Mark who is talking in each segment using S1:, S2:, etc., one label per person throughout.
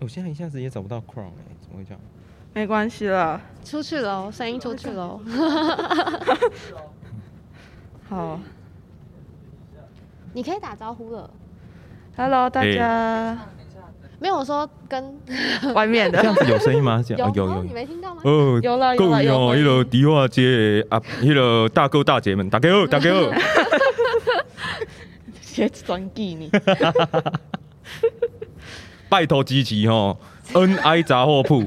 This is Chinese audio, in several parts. S1: 我现在一下子也找不到 Chrome 哎、怎么会这 样？
S2: 没关系啦。
S3: 出去喽，声音出去喽。
S2: 好
S3: 你可以打招呼了，
S2: ，Hello 大
S4: 哎
S2: 家，
S3: 没有我说跟
S2: 外面
S1: 这
S2: 的
S1: 样子有声音吗？这样哦有
S3: 哦
S1: 有
S3: 你没听到吗？
S4: 哦，
S2: 有了有
S4: 各
S2: 了
S4: 位
S2: 有
S4: 哦，
S2: 了
S4: 迄落迪化街的啊，迄落大哥大姐们，大家好，大家 好。
S2: 些专技你，
S4: 拜托支持吼，N I 杂货 铺，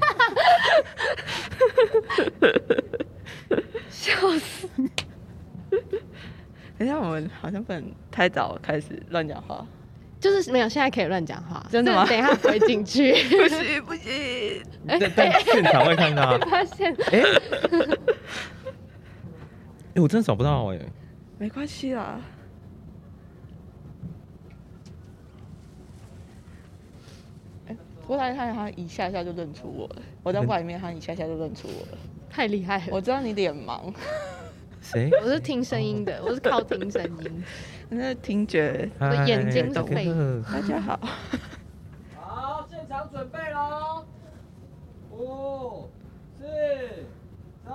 S2: 等一下我们好像不能太早开始乱讲话，
S3: 就是没有，现在可以乱讲话，
S2: 真的吗
S3: 这个等一下不会进 去，
S2: 不行不行，
S3: 哎
S1: 但但现场会看到啊。
S3: 发现
S1: 哎、哎，我真的找不到哎、
S2: 没关系啦。哎突然看他一下下就认出我了，我在外面，他一下下就认出我了。
S3: 太厉害了
S2: 我。知道你脸盲，
S1: 谁？
S3: 我是听声音的，我是靠听声音。
S2: 你那听觉。
S1: 嗨
S3: 我眼睛
S1: 大
S3: 都
S1: 家
S3: 被
S1: 好
S2: 大家好，
S5: 好，现场准备喽！五、四、三、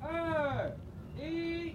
S5: 二、一。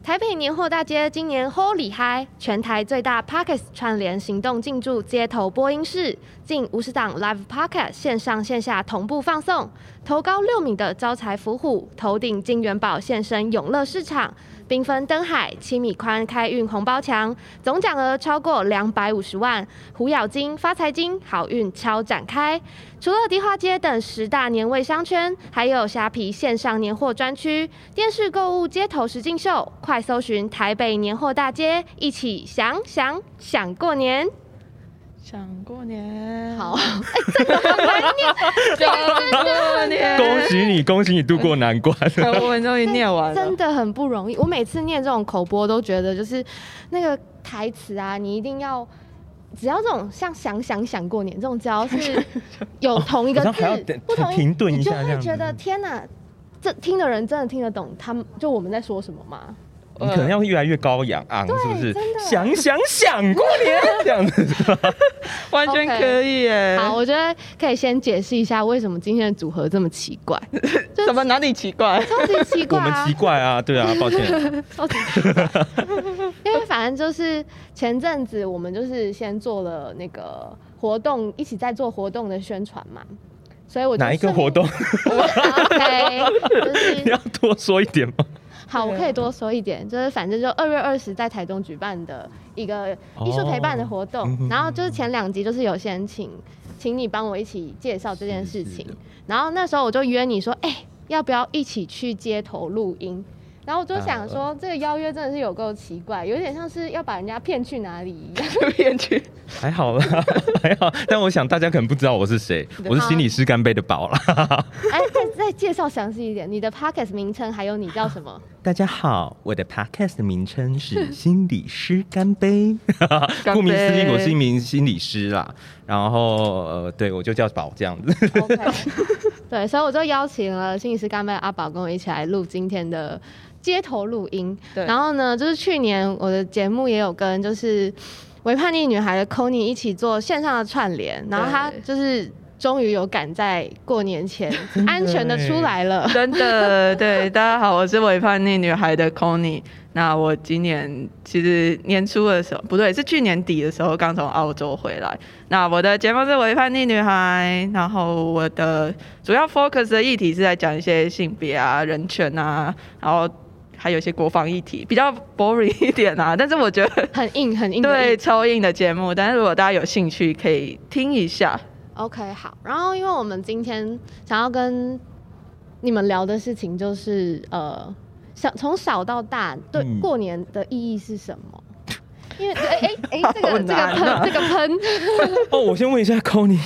S3: 台北年货大街今年 Holy High，全台最大 Pockets 串联行动进驻街头播音室，近五十档 Live Pocket 线上线下同步放送。头高六米的招财伏虎，头顶金元宝现身永乐市场，缤纷灯海七米宽开运红包墙，总奖额超过两百五十万，虎咬金、发财金、好运超展开。除了迪化街等十大年味商圈，还有虾皮线上年货专区、电视购物街头实境秀，快搜寻台北年货大街，一起想想想过年。
S2: 想过年，
S3: 好，
S2: 想过年，
S4: 恭喜你，恭喜你度过难 关。
S2: 我们终于念完了
S3: 真。的很不容易。我每次念这种口播都觉得，就是那个台词啊，你一定要。只要这种像想想想过年这种，只要是有同一个
S1: 好像
S3: 字
S1: 还要等，
S3: 不同
S1: 停顿一
S3: 你就
S1: 下这
S3: 会
S1: 样
S3: 觉得
S1: 子
S3: 天哪，这听的人真的听得懂他们就我们在说什么吗？
S1: 你可能要越来越高扬昂，是不是？想想想过 年这样子是吧？
S2: 完全可以耶。
S1: 哎
S3: 好，我觉得可以先解释一下为什么今天的组合这么奇怪，
S2: 怎么哪里奇 怪？
S3: 超级奇
S1: 我
S3: 怪
S1: 们
S3: 啊
S1: 奇，怪啊，对 啊，抱歉。
S3: 超级奇怪。因为反正就是前阵子我们就是先做了那个活动，一起在做活动的宣传嘛，所以我就
S1: 哪一个
S3: 顺
S1: 活
S3: 便
S1: 动
S3: ？OK，就
S1: 你
S3: 是
S1: 要多说一点吗？
S3: 好，我可以多说一点，就是反正就二月二十在台中举办的一个 艺术陪伴的活动，
S1: 哦嗯
S3: 然后就是前两集就是有先请请你帮我一起介
S1: 哦
S3: 绍这件事情，然后那时候我就约你说，哎、要不要一起去街头录音？然后我就想说，这个邀约真的是有够奇怪，有点像是要把人家骗去哪里一样。
S2: 编剧
S1: 还好啦， 还好。但我想大家可能不知道我是谁，我是心理师干杯的宝啦。
S3: 哎，再再介绍详细一点，你的 podcast 名称还有你叫什 么？
S1: 大家好，我的 podcast 的名称 是心理师干杯。
S2: 干杯
S1: 顾名思义，我是一名心理师啦。然后呃，对我就叫宝这样子。
S3: OK，对，所以我就邀请了心理师干妹阿宝跟我一起来录今天的街头录音。
S2: 对
S3: 然后呢，就是去年我的节目也有跟就是维叛逆女孩的 c o n y 一起做线上的串联，然后她
S2: 对
S3: 就是终于有赶在过年 前安全的出来了。
S2: 真 的对大家好，我是伪叛逆女孩的 Conny。那我今年其实年初的时候，不对，是去年底的时候刚从澳洲回来。那我的节目是《伪叛逆女孩》，然后我的主要 focus 的议题是在讲一些性别啊、人权啊，然后还有一些国防议题，比较 boring 一点啊。但是我觉得
S3: 很硬，很硬的
S2: 对
S3: 硬
S2: 超硬的节目，但是如果大家有兴趣，可以听一下。
S3: OK，好。然后，因为我们今天想要跟你们聊的事情就是，呃，小从小到大对
S1: 嗯
S3: 过年的意义是什么？ 因为哎哎哎，
S2: 好
S3: 这个这个
S2: 难啊
S3: 喷这个喷，
S1: 哦，我先问一下 c o n y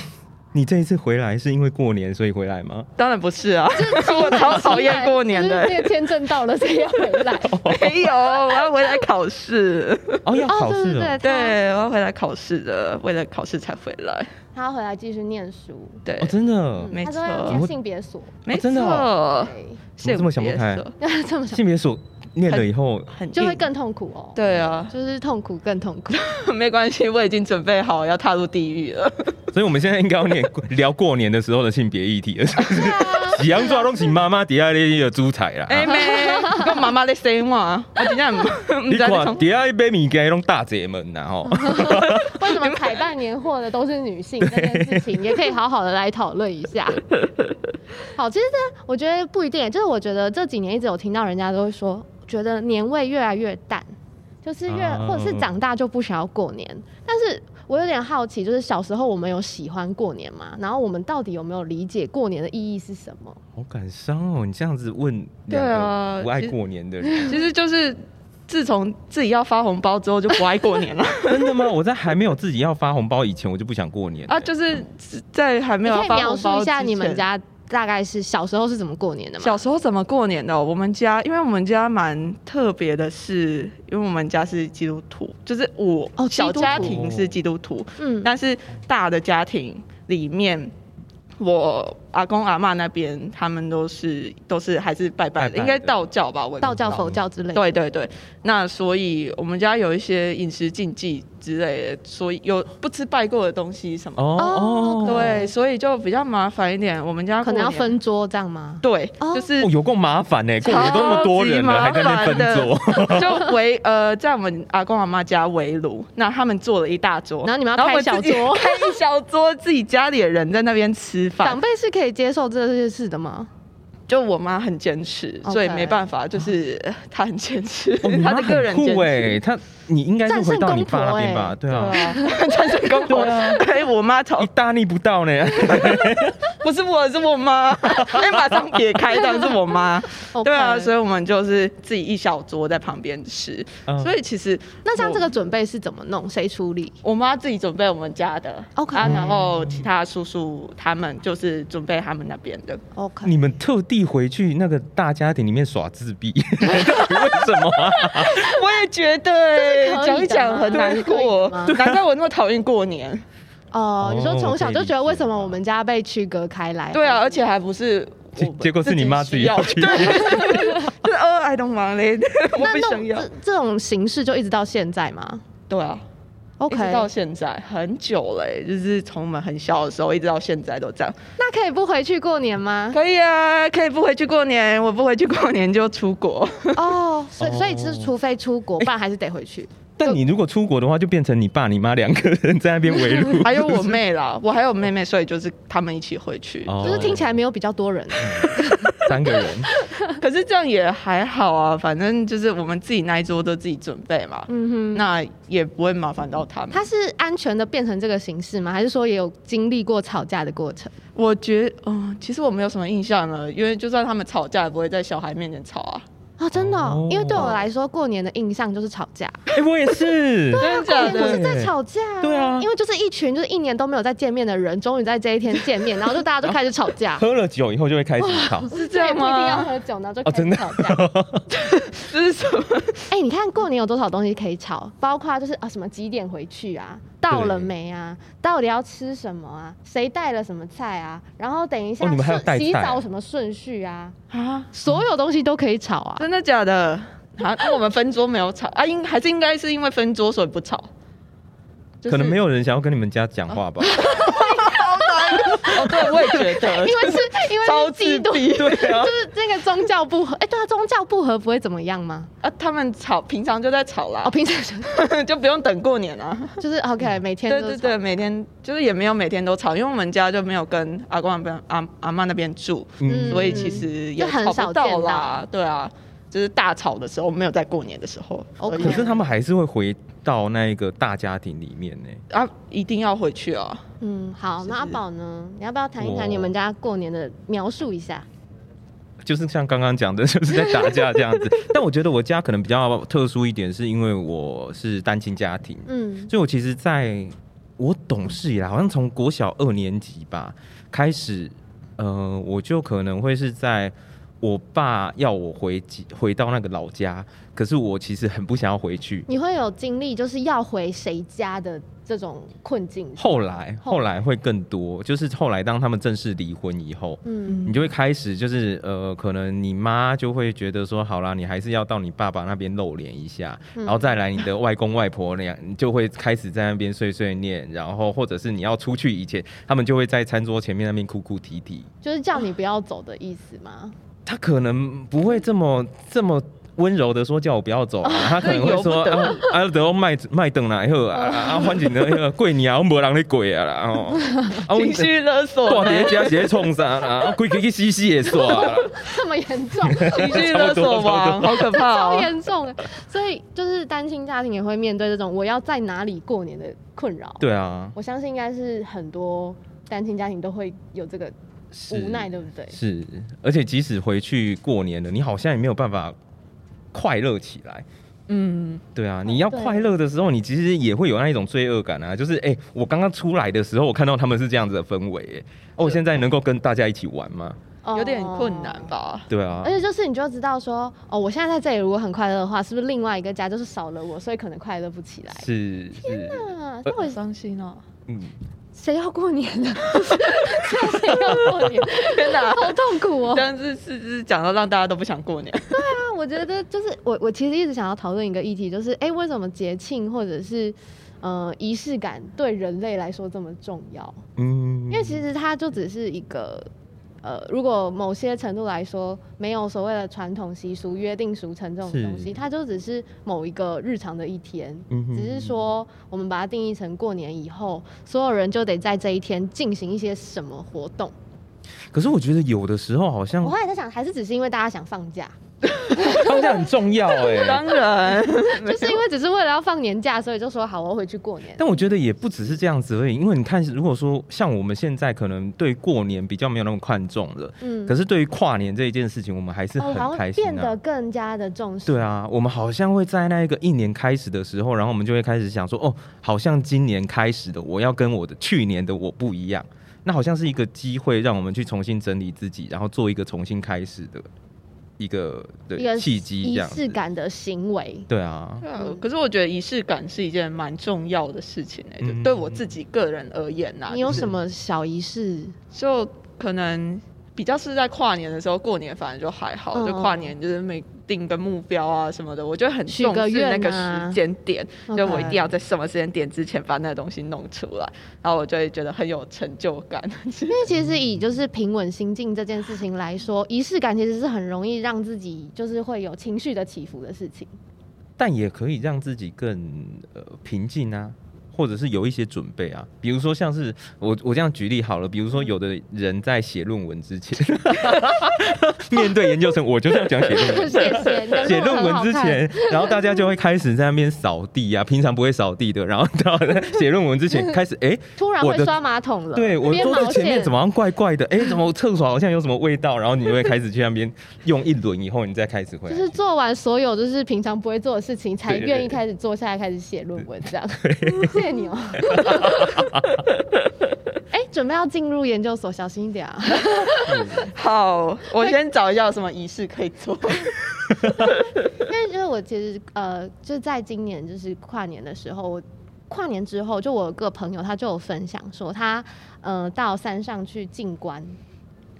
S1: 你这一次回来是因为过年所以回来吗？
S2: 当然不是 啊， 我
S3: 就是
S2: 超讨厌过年的
S3: 就是那个签证到了，所以要回 来。
S2: 没有，我要回来考 试。
S1: 哦，要
S3: 哦，
S1: 考
S3: 对
S1: 试
S3: 对
S1: 了
S3: 对，。
S2: 对，我要回来考试的，为了考试才回来。
S3: 他他要回来继续念书。
S2: 对，
S1: 哦，真的
S3: 嗯，
S2: 没
S3: 他说要
S2: 错
S3: 念性别所。
S2: 没错，
S1: 真的哦怎
S3: 对，
S1: 么这么想不开
S2: 性别所
S3: 这么想
S1: 性别所念了以后，
S2: 很
S3: 就会
S2: 硬
S3: 更痛苦哦。，
S2: 对啊，
S3: 就是痛苦更痛苦。
S2: 没关系，我已经准备好要踏入地狱了。
S1: 所以我们现在应该要念聊过年的时候的性别议题 了。
S3: 对啊，
S1: 喜羊抓拢是妈妈底下那个猪仔啦，
S2: 哎、妹，跟妈妈在哦 say 话，我真正唔唔
S1: 你
S2: 知道
S1: 看
S2: 从
S1: 底下买物件拢大姐们然后
S3: 为什么采办年货的都是女性这件事情，也可以好好的来讨论一 下。好，其实这我觉得不一定，就是我觉得这几年一直有听到人家都会说，觉得年味越来越淡，就是越、
S2: 啊
S1: 哦
S3: 或者是长大就不想要过年。但是我有点好奇，就是小时候我们有喜欢过年吗？然后我们到底有没有理解过年的意义是什么？
S1: 好感伤哦！你这样子问两
S2: 对啊
S1: 个不爱过年的人，
S2: 其实就是自从自己要发红包之后就不爱过年了
S1: 真的吗？我在还没有自己要发红包以前，我就不想过年了
S2: 啊，就是在还没
S3: 你
S2: 有
S3: 可以
S2: 发
S3: 描
S2: 红
S3: 述
S2: 包
S3: 一下
S2: 之
S3: 你们
S2: 前
S3: 家大概是小时候是怎么过年的吗？
S2: 小时候怎么过年的哦、我们家，因为我们家蛮特别的是，因为我们家是基督徒，就是我
S3: 哦基督
S2: 小
S3: 徒
S2: 家庭是基督徒，
S3: 嗯，
S2: 但是大的家庭里面，我阿公阿妈那边他们都是都是还是拜
S1: 拜拜
S2: 拜的，
S1: 的
S2: 应该道教吧，我也不
S3: 道
S2: 知
S3: 教、
S2: 道
S3: 佛教之类的。
S2: 对对对，那所以我们家有一些饮食禁忌之类的，所以有不吃拜过的东西什么的，
S1: 哦
S3: 哦
S1: 哦，
S2: 对，所以就比较麻烦一点。我们家
S3: 可能
S2: 过
S3: 要
S2: 年
S3: 分桌这样吗？
S2: 对，
S3: 哦
S2: 就是
S1: 哦有够麻烦呢，过年都那么多人了，还在那边分 桌，
S2: 就围呃，在我们阿公阿妈家围炉，那他们做了一大桌，
S3: 然后你们要
S2: 我
S3: 开
S2: 自己
S3: 小桌
S2: 开一小桌，自己家里的人在那边吃
S3: 长
S2: 饭。
S3: 辈是可以接受这件事的吗？
S2: 就我妈很坚持，
S3: OK 哦
S2: 所以没办法，就是呃 她很坚持
S1: 哦你，
S2: 她
S1: 妈
S2: 的个
S1: 很
S2: 人坚
S1: 酷哎，
S2: 持。
S1: 他你应该是回到你爸那边吧？
S3: 战
S1: 对
S2: 欸
S1: 啊，
S2: 穿成公婆， 哎，我妈吵
S1: 你，大逆不道呢，
S2: 不是我，是我妈，哎，马上撇开，但是我 妈， 对啊，所
S3: 以
S2: 以我们就是自己一小桌在旁边吃，
S1: 嗯
S2: 所以其实
S3: 那像
S2: 我
S3: 这个准备是怎么弄？谁处理？
S2: 我妈自己准备我们家的
S3: OK
S2: 啊，然
S1: 嗯
S2: 后其他叔叔他们就是准备他们那边 的。
S3: OK，
S1: 你们特地回去那个大家庭里面耍自闭， 为什么啊？
S2: 我也觉得欸
S3: 这是可以的
S2: 讲一讲很难过
S3: 吗，
S2: 难怪我那么讨厌过 年。
S3: 哦，你说
S1: 哦
S3: 从小就觉得
S1: 我可以理解
S3: 为什么我们家被区隔开来？
S2: 对啊，而且还不是
S1: 结
S2: 我们
S1: 结果是你妈自己要
S2: 需
S1: 去
S2: 对，就是呃，I don't want it，我
S3: 那
S2: 不想
S3: 弄
S2: 要
S3: 这。这种形式就一直到现在吗
S2: 对啊，一
S3: ？OK，
S2: 直到现在很久了欸，就是从我们很小的时候一直到现在都这样。
S3: 那可以不回去过年 吗？
S2: 可以啊，可以不回去过年，我不回去过年就出 国。
S3: 哦，所以
S1: 哦
S3: 所以是除非出国，不然还是得回去。
S1: 但你如果出国的话，就变成你爸你妈两个人在那边围 炉，
S2: 还有我妹啦，我还有妹妹，所以就是他们一起回去。
S1: 哦
S3: 就是听起来没有比较 多人，
S1: 三个人，
S2: 可是这样也还好啊，反正就是我们自己那一桌都自己准备嘛，
S3: 嗯哼。
S2: 那也不会麻烦到他们。
S3: 它是安全的变成这个形式吗？还是说也有经历过吵架的过程？
S2: 我觉得，嗯、其实我没有什么印象了，因为就算他们吵架，也不会在小孩面前吵啊。
S3: 啊、真的
S1: 哦
S3: 哦、因为对我来说，过年的印象就是吵架，
S1: 哎，我也是，
S2: 真的
S3: 过
S2: 假
S3: 年就是
S2: 的？
S3: 在吵架、
S1: 对啊
S3: 因为就是一群就是一年都没有再见面的人，终于在这一天见面，然后就大家就开始吵架。
S1: 喝了酒以后就会开始吵，
S2: 是这样
S3: 不一定要
S2: 吗？
S3: 喝酒，然后就
S1: 哦
S3: 开
S1: 真
S3: 始
S1: 的
S3: 吵 架。
S2: 这是什么？
S3: 哎、你看过年有多少东西可以吵，包括就是啊什么几点回去啊，到了没啊，到底要吃什么啊，谁带了什么菜啊，然后等一下
S1: 哦你
S3: 顺、
S1: 们还有带
S3: 洗
S1: 菜啊
S3: 澡什么顺序啊，
S2: 啊？
S3: 所有东西都可以吵啊。
S2: 真的假的？啊，那我们分桌没有吵啊？应还是应该是因为分桌所以不吵。就是
S1: 可能没有人想要跟你们家讲话吧？
S2: 哦，对，我也觉得，
S3: 因为是因为
S2: 超
S3: 是
S2: 自
S3: 嫉妒，
S2: 闭，对啊
S3: 就是那个宗教不合。哎、对啊，宗教不合不会怎么样吗？
S2: 啊，他们吵，平常就在吵啦
S3: 哦，，平时
S2: 就不用等过年啊。
S3: 就是 OK，每天
S2: 对
S3: 都
S2: 对
S3: 是
S2: 对，每天就是也没有每天都吵，因为我们家就没有跟阿公阿伯阿阿妈那边住，
S3: 嗯
S2: 所以其实也
S3: 就很
S2: 吵
S3: 少
S2: 不到
S3: 见
S2: 啦
S3: 到。
S2: 对啊，就是大吵的时候，没有在过年的时候。
S3: OK
S2: 所
S1: 可
S2: 以
S1: 是他们还是会回到那个大家庭里面呢。
S2: 啊，一定要回去啊。
S3: 嗯，好，那阿宝呢？你要不要谈一
S1: 我
S3: 谈你们家过年的描述一下？
S1: 就是像刚刚讲的， 就是在打架这样子。但我觉得我家可能比较特殊一点，是因为我是单亲家庭，
S3: 嗯，
S1: 所以我其实在我懂事以来，好像从国小二年级吧开始，呃，我就可能会是在我爸要我回几回到那个老家，可是我其实很不想要回去。
S3: 你会有经历就是要回谁家的这种困境？
S1: 后来
S3: 后
S1: 后来会更多，就是后来当他们正式离婚以后，
S3: 嗯，
S1: 你就会开始就是呃，可能你妈就会觉得说，好啦，你还是要到你爸爸那边露脸一下，
S3: 嗯
S1: 然后再来你的外公外婆那样，你就会开始在那边碎碎念，然后或者是你要出去以前，他们就会在餐桌前面那边哭哭啼啼。
S3: 就是叫你不要走的意思吗？
S1: 他可能不会这么这么。温柔的说叫我不要走、啊，他可能会说啊啊，得卖卖凳来喝啊，啊，欢迎那个贵你啊，我没人咧贵啊啦，哦，啊
S2: 情绪勒索
S1: 大，叠加是在冲啥啦，啊，规矩去死死的煞啦。
S3: 这么严 重，
S2: 情绪勒索王，好可怕
S3: 超
S2: 哦！
S3: 严重的，所以就是单亲家庭也会面对这种我要在哪里过年的困扰。
S1: 对啊，
S3: 我相信应该是很多单亲家庭都会有这个
S1: 是
S3: 无奈，对不对？
S1: 是，而且即使回去过年了，你好像也没有办法快乐起来。
S2: 嗯，
S1: 对啊，你要
S3: 哦对
S1: 快乐的时候，你其实也会有那一种罪恶感啊，就是哎、我刚刚出来的时候，我看到他们是这样子的氛围、哎，哦，我现在能够跟大家一起玩吗？
S3: 哦
S2: 有点困难。吧？
S1: 对啊
S3: 而，且就是你就知道说，哦，我现在在这里如果很快乐的话，是不是另外一个家就是少了我，所以可能快乐不起来？
S1: 是是，
S3: 啊，那我
S2: 伤心哦！
S1: 嗯，
S3: 谁要过年 呢？就是谁要过年？
S2: 天哪，
S3: 好痛苦哦！
S2: 但是是是讲到让大家都不想过年，
S3: 那我觉得就是我我其实一直想要讨论一个议题，就是哎、诶为什么节庆或者是呃仪式感对人类来说这么重要？
S1: 嗯，
S3: 因为其实它就只是一个，呃，如果某些程度来说，没有所谓的传统习俗、约定俗成这种东西，
S1: 是
S3: 它就只是某一个日常的一天。
S1: 嗯哼
S3: 只是说，我们把它定义成过年以后，所有人就得在这一天进行一些什么活动。
S1: 可是我觉得有的时候好像
S3: 我后来在想，还是只是因为大家想放假，
S1: 放假很重 要哎、
S2: 当然，
S3: 就是因为只是为了要放年假，所以就说好，我要回去过年。
S1: 但我觉得也不只是这样子而已，因为你看，如果说像我们现在可能对过年比较没有那么看重了，
S3: 嗯
S1: 可是对于跨年这一件事情，我们还是
S3: 哦，好
S1: 很
S3: 像
S1: 开心
S3: 变
S1: 啊
S3: 得。更加的重视。
S1: 对啊，我们好像会在那一个一年开始的时候，然后我们就会开始想说，哦，好像今年开始的我要跟我的去年的我不一样，那好像是一个机会，让我们去重新整理自己，然后做一个重新开始的一个
S3: 一
S1: 的
S3: 个
S1: 契机，这
S3: 仪
S1: 样
S3: 式
S1: 子。
S3: 感的行为，
S1: 对啊，
S2: 对啊可是我觉得仪式感是一件蛮重要的事情哎、就
S1: 嗯
S2: 对我自己个人而言
S1: 啊
S2: 呐、
S3: 你有
S2: 就是
S3: 什么小仪式？
S2: 就可能比较是在跨年的时候，过年反正就还好，
S3: 嗯
S2: 就跨年就是每定个目标啊什么的，我就很
S3: 许
S2: 重
S3: 个
S2: 视那
S3: 愿
S2: 个
S3: 啊
S2: 时间点，就我一
S3: OK
S2: 定要在什么时间点之前把那个东西弄出来，然后我就会觉得很有成就感。
S3: 因为其实以就是平稳心境这件事情来说，仪式感其实是很容易让自己就是会有情绪的起伏的 事情。
S1: 但也可以让自己更呃平静啊，或者是有一些准备啊。比如说像是我我这样举例好了，比如说有的人在写论文之 前， 面对研究生，我就是要讲写论
S3: 谢
S1: 文。
S3: 谢，你的
S1: 写论
S3: 很
S1: 文
S3: 好
S1: 之
S3: 看，
S1: 前，然后大家就会开始在那边扫地啊，平常不会扫地的，然后到了写论文之前 开始，哎、
S3: 突然
S1: 我
S3: 会
S1: 的
S3: 刷马桶了，
S1: 对我
S3: 边
S1: 桌
S3: 毛
S1: 子前面
S3: 线
S1: 怎么好像怪怪的，哎、怎么厕所好像有什么味道，然后你就会开始去那边用一轮以后，你再开始回
S3: 就
S1: 来。
S3: 是做完所有就是平常不会做的事情，才
S1: 对对
S3: 愿意
S1: 对
S3: 开始坐下来开始写论文这样。 谢谢你哦。哎、准备要进入研究所，小心一点啊！
S2: 好，我先找一下有什么仪式可以做。
S3: 因为就是我其实呃，就在今年就是跨年的时候，我跨年之后，就我有个朋友他就有分享说他呃到山上去静观，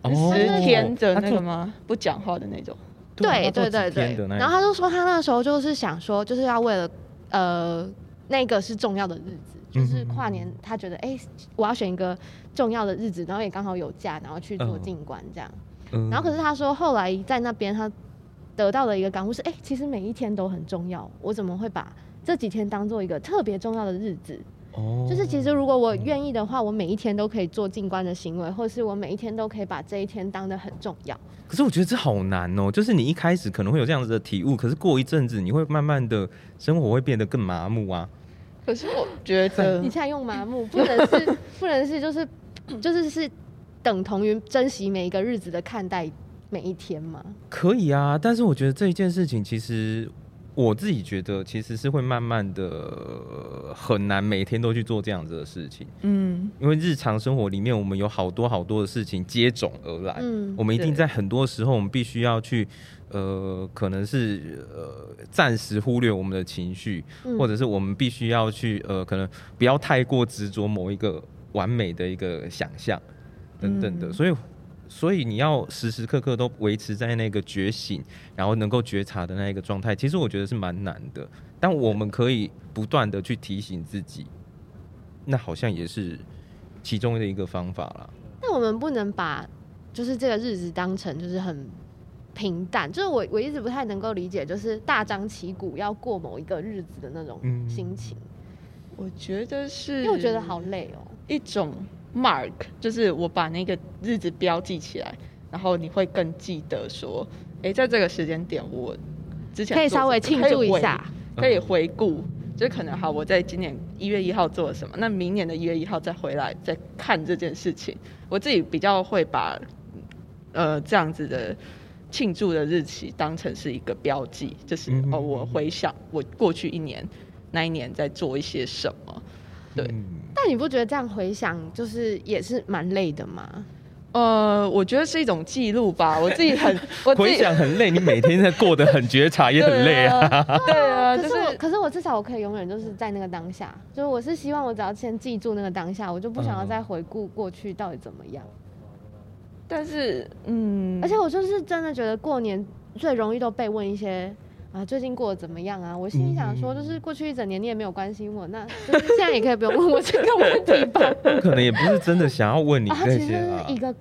S1: 哦
S2: 十天的
S1: 他
S2: 那
S1: 做
S2: 个吗？不讲话的那种。
S3: 对
S1: 他做
S3: 对对
S1: 啊几天
S3: 对
S1: 的，那一
S3: 然后他就说他那时候就是想说就是要为了呃那个是重要的日子。就是
S1: 嗯
S3: 跨年，他觉得哎、我要选一个重要的日子，然后也刚好有假，然后去做
S1: 嗯
S3: 静观这样。
S1: 嗯
S3: 然后可是他说，后来在那边他得到的一个感悟是，哎、其实每一天都很重要，我怎么会把这几天当做一个特别重要的日子？
S1: 哦
S3: 就是其实如果我愿意的话，我每一天都可以做静观的行为，或是我每一天都可以把这一天当得很重要。
S1: 可是我觉得这好难哦，就是你一开始可能会有这样子的体悟，可是过一阵子你会慢慢的生活会变得更麻木啊。
S2: 可是我觉得
S1: 嗯
S3: 你现在用麻木，不能是不能是就是就是是等同于珍惜每一个日子的看待每一天吗？
S1: 可以啊，但是我觉得这一件事情其实我自己觉得其实是会慢慢的很难每天都去做这样子的事情，
S2: 嗯，
S1: 因为日常生活里面我们有好多好多的事情接踵而来，
S3: 嗯
S1: 我们一定
S2: 对
S1: 在很多时候我们必须要去，呃，可能是呃暂时忽略我们的情绪，
S3: 嗯
S1: 或者是我们必须要去呃，可能不要太过执着某一个完美的一个想象等等的，
S2: 嗯
S1: 所以。所以你要时时刻刻都维持在那个觉醒，然后能够觉察的那一个状态，其实我觉得是蛮难的。但我们可以不断的去提醒自己，那好像也是其中的一个方法啦。
S3: 但我们不能把就是这个日子当成就是很平淡，就是我我一直不太能够理解，就是大张旗鼓要过某一个日子的那种
S1: 嗯
S3: 心情，
S2: 我觉得是，
S3: 因为我觉得好累哦。
S2: 一种 mark，就是我把那个日子标记起来，然后你会更记得说，诶，在这个时间点我之前
S3: 可以
S2: 做什
S3: 稍
S2: 么
S3: 微庆祝一，下，
S2: 可以回可以回顾，就可能好，我在今年一月一号做了什么，那明年的一月一号再回来再看这件事情，我自己比较会把呃这样子的。庆祝的日期当成是一个标记，就是、
S1: 嗯
S2: 哦，我回想我过去一年那一年在做一些什么，对
S1: 嗯
S3: 但你不觉得这样回想就是也是蛮累的吗？
S2: 呃，我觉得是一种记录 吧。我自己很，我自
S1: 回
S2: 己
S1: 想很累，你每天在过得很觉察，也很累啊。
S2: 啊。对啊，
S3: 可
S2: 就是
S3: 我，
S2: 是
S3: 呃可是我至少我可以永远就是在那个当下，就是我是希望我只要先记住那个当下，我就不想要
S1: 嗯
S3: 再回顾过去到底怎么样。
S2: 但是嗯，
S3: 而且我就是真的觉得过年最容易都被问一些啊，最近过得怎么样啊？我心里想说，
S1: 嗯
S3: 就是过去一整年你也没有关心我，那就是 现在也可以不用问我这个问题吧？
S1: 可能也不是真的想要 问你
S3: 啊，它
S1: 这
S3: 其实
S1: 些
S3: 是
S1: 啦。
S3: 一个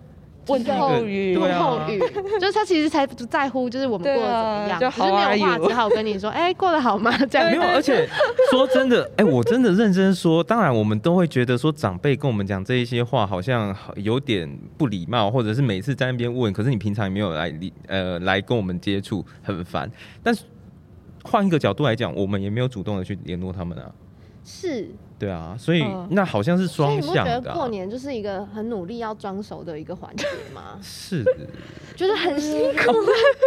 S2: 问候语，
S1: 对
S3: 问
S1: 啊
S3: 候语，就是他其实才不在乎就是我们过得怎么样，
S2: 对啊就
S3: 只是
S2: how are
S3: 没有话
S2: you？
S3: 只好跟你说，哎，过得好吗？这样
S1: 没有，而且说真的，哎、我真的认真说，当然我们都会觉得说长辈跟我们讲这一些话，好像有点不礼貌，或者是每次在那边问，可是你平常也没有来理呃来跟我们接触，很烦。但是换一个角度来讲，我们也没有主动的去联络他们啊，
S3: 是，
S1: 对啊，所以、
S2: 嗯
S1: 那好像是
S3: 所以
S1: 双
S3: 你不
S1: 向
S3: 觉得
S1: 的啊、？
S3: 过年就是一个很努力要装熟的一个环节吗
S1: 是的。
S3: 就是很辛 苦，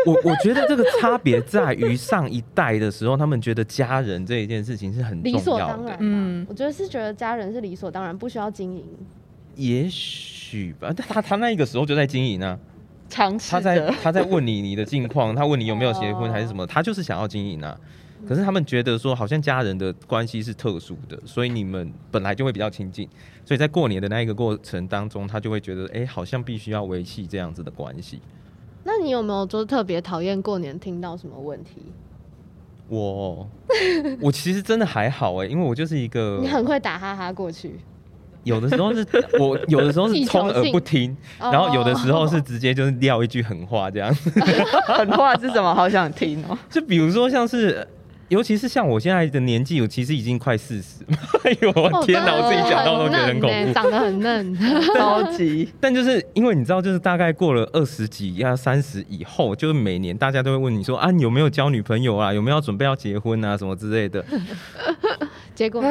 S1: 我我觉得这个差别在于上一代的时候，他们觉得家人这一件事情是很重
S3: 理所
S1: 要
S3: 当然
S1: 的
S3: 啊。，
S2: 嗯
S3: 我觉得是觉得家人是理所当然，不需要经营。
S1: 也许吧。但他他那个时候就在经营啊，
S2: 尝试
S1: 他在
S2: 着，
S1: 他在问你你的近况，他问你有没有结婚还是什
S3: 哦
S1: 么，他就是想要经营啊。可是他们觉得说，好像家人的关系是特殊的，所以你们本来就会比较亲近，所以在过年的那一个过程当中，他就会觉得，哎、好像必须要维系这样子的关系。
S3: 那你有没有就是特别讨厌过年听到什么问题？
S1: 我我其实真的还好哎、因为我就是一个
S3: 你很会打哈哈过去，
S1: 有的时候是我有的时 候是充耳不听，
S3: 哦
S1: 然后有的时候 是直接就是撂一句狠话这样。
S2: 狠话是什么？好想听 哦。
S1: 就比如说像是，尤其是像我现在的年纪，我其实已经快四十， 哎呦我 天哪，
S3: 哦
S1: 我自己讲到都觉得很恐
S3: 嫩欸
S1: 怖。
S3: 长得 很嫩，
S2: 超级，
S1: 但就是因为你知道，就是大概过了二十几呀、三十以后，就是每年大家都会问你说啊，你有没有交女朋友啊？有没有要准备要结婚啊？什么之类的。
S3: 结果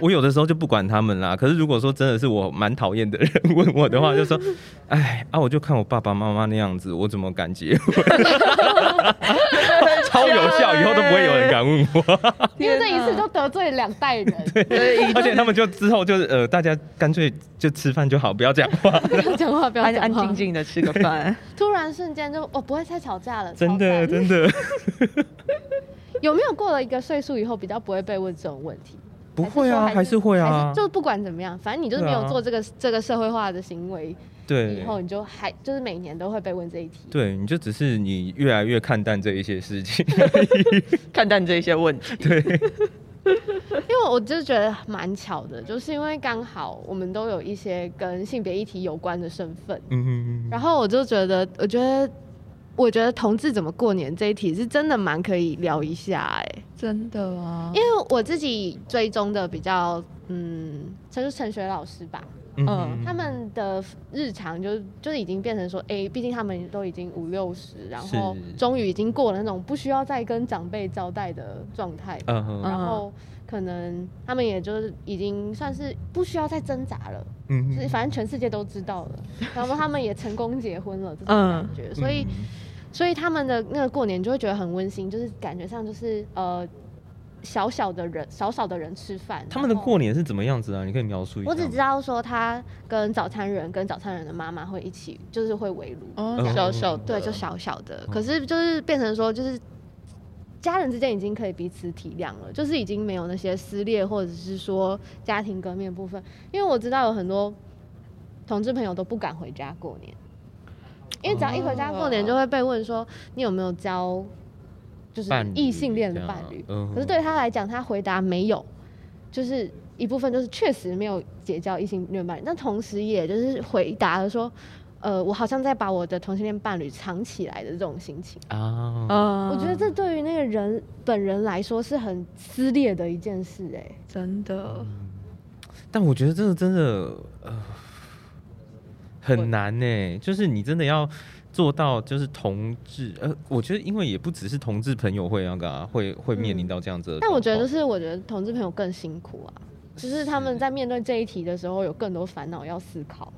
S1: 我有的时候就不管他们啦。可是如果说真的是我蛮讨厌的人问我的话，就说，哎啊，我就看我爸爸妈妈那样子，我怎么敢结婚？ 超有效，以后都不会有人敢问我。
S3: 因为这一次就得罪了两代人，
S2: 对，
S1: 而且他们就之后就是呃，大家干脆就吃饭就好，不要讲话。
S3: 不要讲话，不要
S2: 安
S3: 讲
S2: 安
S3: 话，
S2: 静。静的吃个饭。
S3: 突然瞬间就，我、不会再吵架了，
S1: 真的，
S3: 超赞
S1: 真 的
S3: 有没有过了一个岁数以后，比较不会被问这种问题？
S1: 不会啊，还
S3: 还
S1: 是会啊
S3: 还是，就不管怎么样，反正你就是没
S1: 对
S3: 有
S1: 啊
S3: 做这个、这个社会化的行为以
S1: 对
S3: 后，你就还就是每年都会被问这一题。
S1: 对，你就只是你越来越看淡这一些事 情。
S2: 看淡这些问题，
S3: 因为我就觉得蛮巧的，就是因为刚好我们都有一些跟性别议题有关的身份，
S1: 嗯，
S3: 然后我呃就觉得，我觉得，我觉得同志怎么过年这一题是真的蛮可以聊一下哎、
S2: 真的啊
S3: 因为我自己追踪的比较，嗯，就是陈学老师吧，
S1: 嗯
S2: 嗯
S3: 他们的日常就就是已经变成说，哎、毕竟他们都已经五六十，然后
S1: 是
S3: 终于已经过了那种不需要再跟长辈交代的状态，
S1: 嗯
S2: 嗯
S1: 哼
S3: 然后可能他们也就是已经算是不需要再挣扎了，
S1: 嗯
S3: 就是
S1: 哼
S3: 反正全世界都知道了，然后他们也成功结婚了，这种
S2: 嗯
S3: 感觉，所以。所以他们的那个过年就会觉得很温馨，就是感觉上就是呃小小的人少少的人吃饭。
S1: 他们的
S3: 然后
S1: 过年是怎么样子啊？你可以描述一下
S3: 我
S1: 吗。
S3: 只知道说他跟早餐人跟早餐人的妈妈会一起，就是会围炉，
S2: 哦，
S1: 嗯
S2: 小小的
S3: 对，就小小的。
S1: 嗯
S3: 可是就是变成说，就是家人之间已经可以彼此体谅了，就是已经没有那些撕裂或者是说家庭革命的部分。因为我知道有很多同志朋友都不敢回家过年，因为只要一回家过年，
S2: 哦
S3: 就会被问说你有没有交就是
S1: 伴侣
S3: 异性恋
S1: 这
S3: 的
S1: 样
S3: 伴侣。
S1: 嗯哼
S3: 可是对他来讲，他回答没有，就是一部分就是确实没有结交异性恋伴侣，但同时也就是回答了说，呃，我好像在把我的同性恋伴侣藏起来的这种心情。
S1: 啊，
S2: 嗯
S3: 我觉得这对于那个人本人来说是很撕裂的一件事、哎，
S2: 真的
S1: 但我觉得这个真的呃
S2: 我
S1: 很难呢、就是你真的要做到就是同志，呃，我觉得因为也不只是同志朋友会那个、啊、会会面临
S3: 嗯
S1: 到这样子的状
S3: 但
S1: 况、
S3: 我觉得就是我觉得同志朋友更辛苦啊，就是他们在面对这一题的时候有更多烦恼要思考。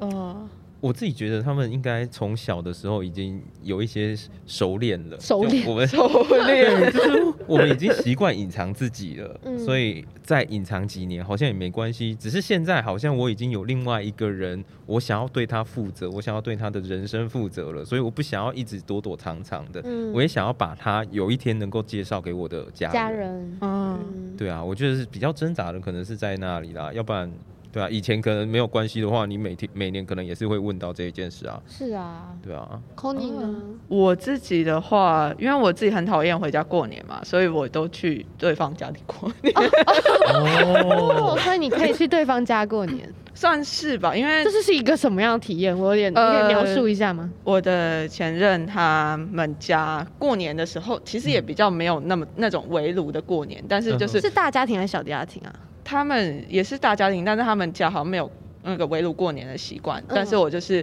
S3: 嗯
S2: 哦，
S1: 我自己觉得他们应该从小的时候已经有一些熟练了，
S3: 熟
S1: 就
S3: 练
S1: 我们
S2: 狩猎
S1: 对，就是我们已经习惯隐藏自己了，
S3: 嗯
S1: 所以再隐藏几年好像也没关系。只是现在好像我已经有另外一个人，我想要对他负责，我想要对他的人生负责了，所以我不想要一直躲躲藏藏的，
S3: 嗯
S1: 我也想要把他有一天能够介绍给我的家人。
S3: 家人，
S2: 嗯，
S3: 嗯，
S1: 对啊，我觉得是比较挣扎的，可能是在那里啦，要不然。对啊，以前可能没有关系的话，你每天每年可能也是会问到这一件事啊，
S3: 是啊
S1: 对啊，
S3: c o n y 呢？
S2: 我自己的话，因为我自己很讨厌回家过年嘛，所以我都去对方家里过 年，
S3: 哦，所以你可以去对方家过年。
S2: 算是吧，因为
S3: 这是是一个什么样的体验？我有点，你可以
S2: 呃
S3: 描述一下吗？
S2: 我的前任他们家过年的时候，其实也比较没有那么那种围炉的过年，但
S1: 嗯
S2: 是就是
S3: 是大家庭还是小家庭啊？
S2: 他们也是大家庭，但是他们家好像没有那个围炉过年的习惯。
S1: 嗯
S2: 但是我就是，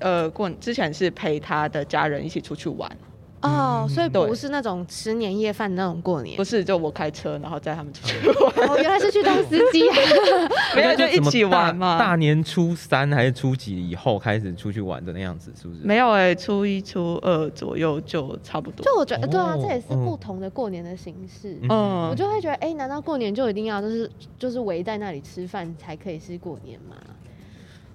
S2: 呃，过之前是陪他的家人一起出去玩，
S3: 哦，所以不
S2: 对
S3: 是那种吃年夜饭那种过年
S2: 不。是就我开车，然后载他们出
S1: 嗯
S2: 去玩，
S3: 哦，原来是去当司机啊！
S2: 没有
S1: 应
S2: 就
S1: 该
S2: 一
S1: 怎么
S2: 起玩
S1: 大大
S2: 嘛。
S1: 年初三还是初几以后开始出去玩的那样子，是不是？
S2: 没有哎、初一初二左右就 差不多。
S3: 就我觉得，对啊，
S1: 哦
S3: 这也是
S1: 嗯
S3: 不同的过年的形式。
S1: 嗯
S2: 嗯
S3: 我，就会觉得，哎、难道过年就一定要就是就是围在那里吃饭才可以是过年吗？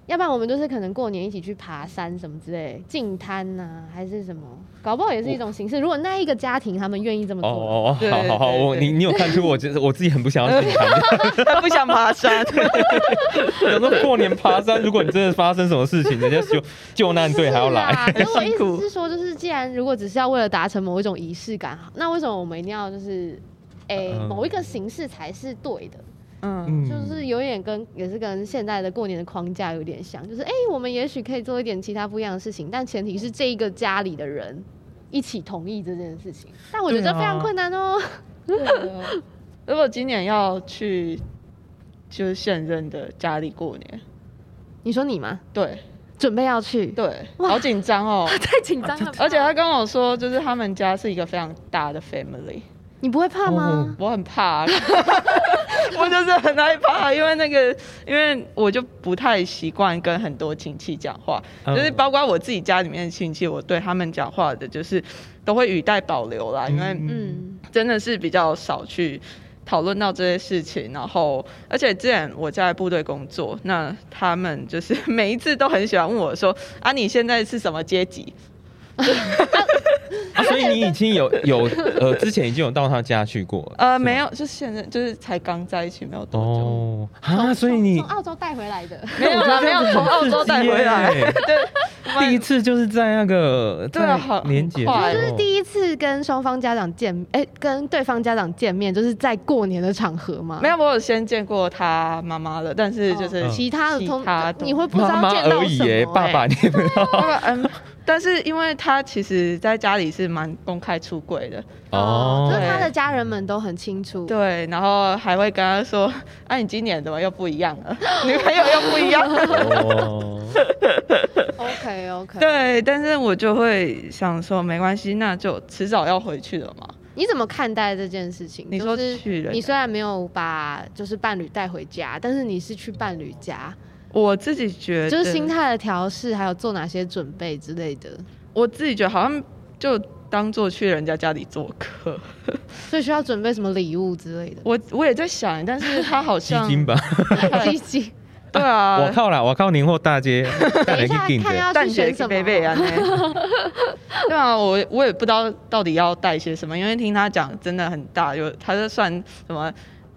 S3: 要不然我们就是可能过年一起去爬山什么之类，进滩呐，还是什么，搞不好也是一种形式。如果那一个家庭他们愿意这么
S1: 哦
S3: 做，
S1: 哦哦，
S2: 对
S1: 好好好，
S2: 对
S1: 我
S2: 对
S1: 你你有看出我觉得我自己很不想要进场，
S2: 他不想爬山，
S1: 想说过年爬山，如果你真的发生什么事情，人家救救难队还要来，
S2: 啊
S3: 是啊啦可是我意
S2: 辛苦
S3: 思是说，就是既然如果只是要为了达成某一种仪式感，那为什么我们一定要就是，诶、
S1: 嗯
S3: 某一个形式才是对的？
S2: 嗯，
S1: 嗯，
S3: 就是有点跟也是跟现在的过年的框架有点像，就是诶、我们也许可以做一点其他不一样的事情，但前提是这一个家里的人一起同意这件事情。但我觉得
S1: 对
S3: 这
S1: 啊
S3: 非常困难哦、
S2: 如果今年要去，就是现任的家里过年，
S3: 你说你吗？
S2: 对
S3: 准备要去，
S2: 对，好紧张 哦。
S3: 太紧张了吧，
S2: 而且他跟我说，就是他们家是一个非常大的 family，
S3: 你不会怕
S1: 哦
S3: 吗？
S2: 我很 怕，我就是很害怕，因为那个，因为我就不太习惯跟很多亲戚讲话，
S1: 嗯
S2: 就是包括我自己家里面的亲戚，我对他们讲话的，就是都会语带保留啦，因为
S3: 嗯，
S2: 真的是比较少去讨论到这些事情。然后，而且之前我在部队工作，那他们就是每一次都很喜欢问我说：“啊，你现在是什么阶级
S1: 啊，所以你已经有有呃，之前已经有到他家去过？”了，
S2: 呃，
S1: 是吗
S2: 没有，就现在就是才刚在一起没有多久。
S1: 哦
S3: 从
S1: 啊，所以你
S3: 从澳洲带回来的，
S2: 没有啦，没有从澳洲带回来，
S1: 很刺激耶
S2: 对，
S1: 第一次就是在那个
S2: 对啊
S1: 在
S2: 好
S1: 年节的
S2: 很快
S1: 时
S3: 就
S1: 候，
S3: 是第一次跟双方家长见，哎、跟对方家长见面，就是在过年的场合嘛。哦
S2: 没有，我有先见过他妈妈了，但是就是
S1: 嗯
S3: 其他的
S2: 其
S3: 通，
S2: 他的
S3: 你会不知
S1: 妈
S3: 道
S1: 妈
S3: 见到
S1: 而已
S3: 什么、
S1: 耶，
S3: 哎
S1: 爸爸你也不知道
S2: 那个嗯，但是因为他其实在家里是蛮公开出柜的，
S3: 哦，就是
S2: 对
S3: 他的家人们都很清楚。
S2: 对，然后还会跟他说：“啊，你今年怎么又不一样了？ 女朋友又不一样。
S1: 哦，
S3: ，OK OK ” 。
S2: 对，但是我就会想说，没关系，那就迟早要回去了嘛。
S3: 你怎么看待这件事情？
S2: 你说
S3: 就是
S2: 去人
S3: 你
S2: 家
S3: 虽然没有把就是伴侣带回家，但是你是去伴侣家，
S2: 我自己觉得，
S3: 就是心态的调试，还有做哪些准备之类的。
S2: 我自己觉得好像就当做去人家家里做客。，
S3: 所以需要准备什么礼物之类的
S2: 我我也在想，但是他好
S1: 基
S2: 像
S1: 金吧，
S3: 积极。
S2: 对啊，
S1: 我靠啦，我靠年货大街，带
S3: 等
S1: 来
S3: 一
S1: 去
S3: 下
S1: 订
S3: 看
S1: 的，
S3: 要
S2: 蛋
S3: 去
S2: 雪
S3: 选什么
S2: 贝贝啊， 对啊，我我也不知道到底要带些什么，因为听他讲真的很大，有他就算什么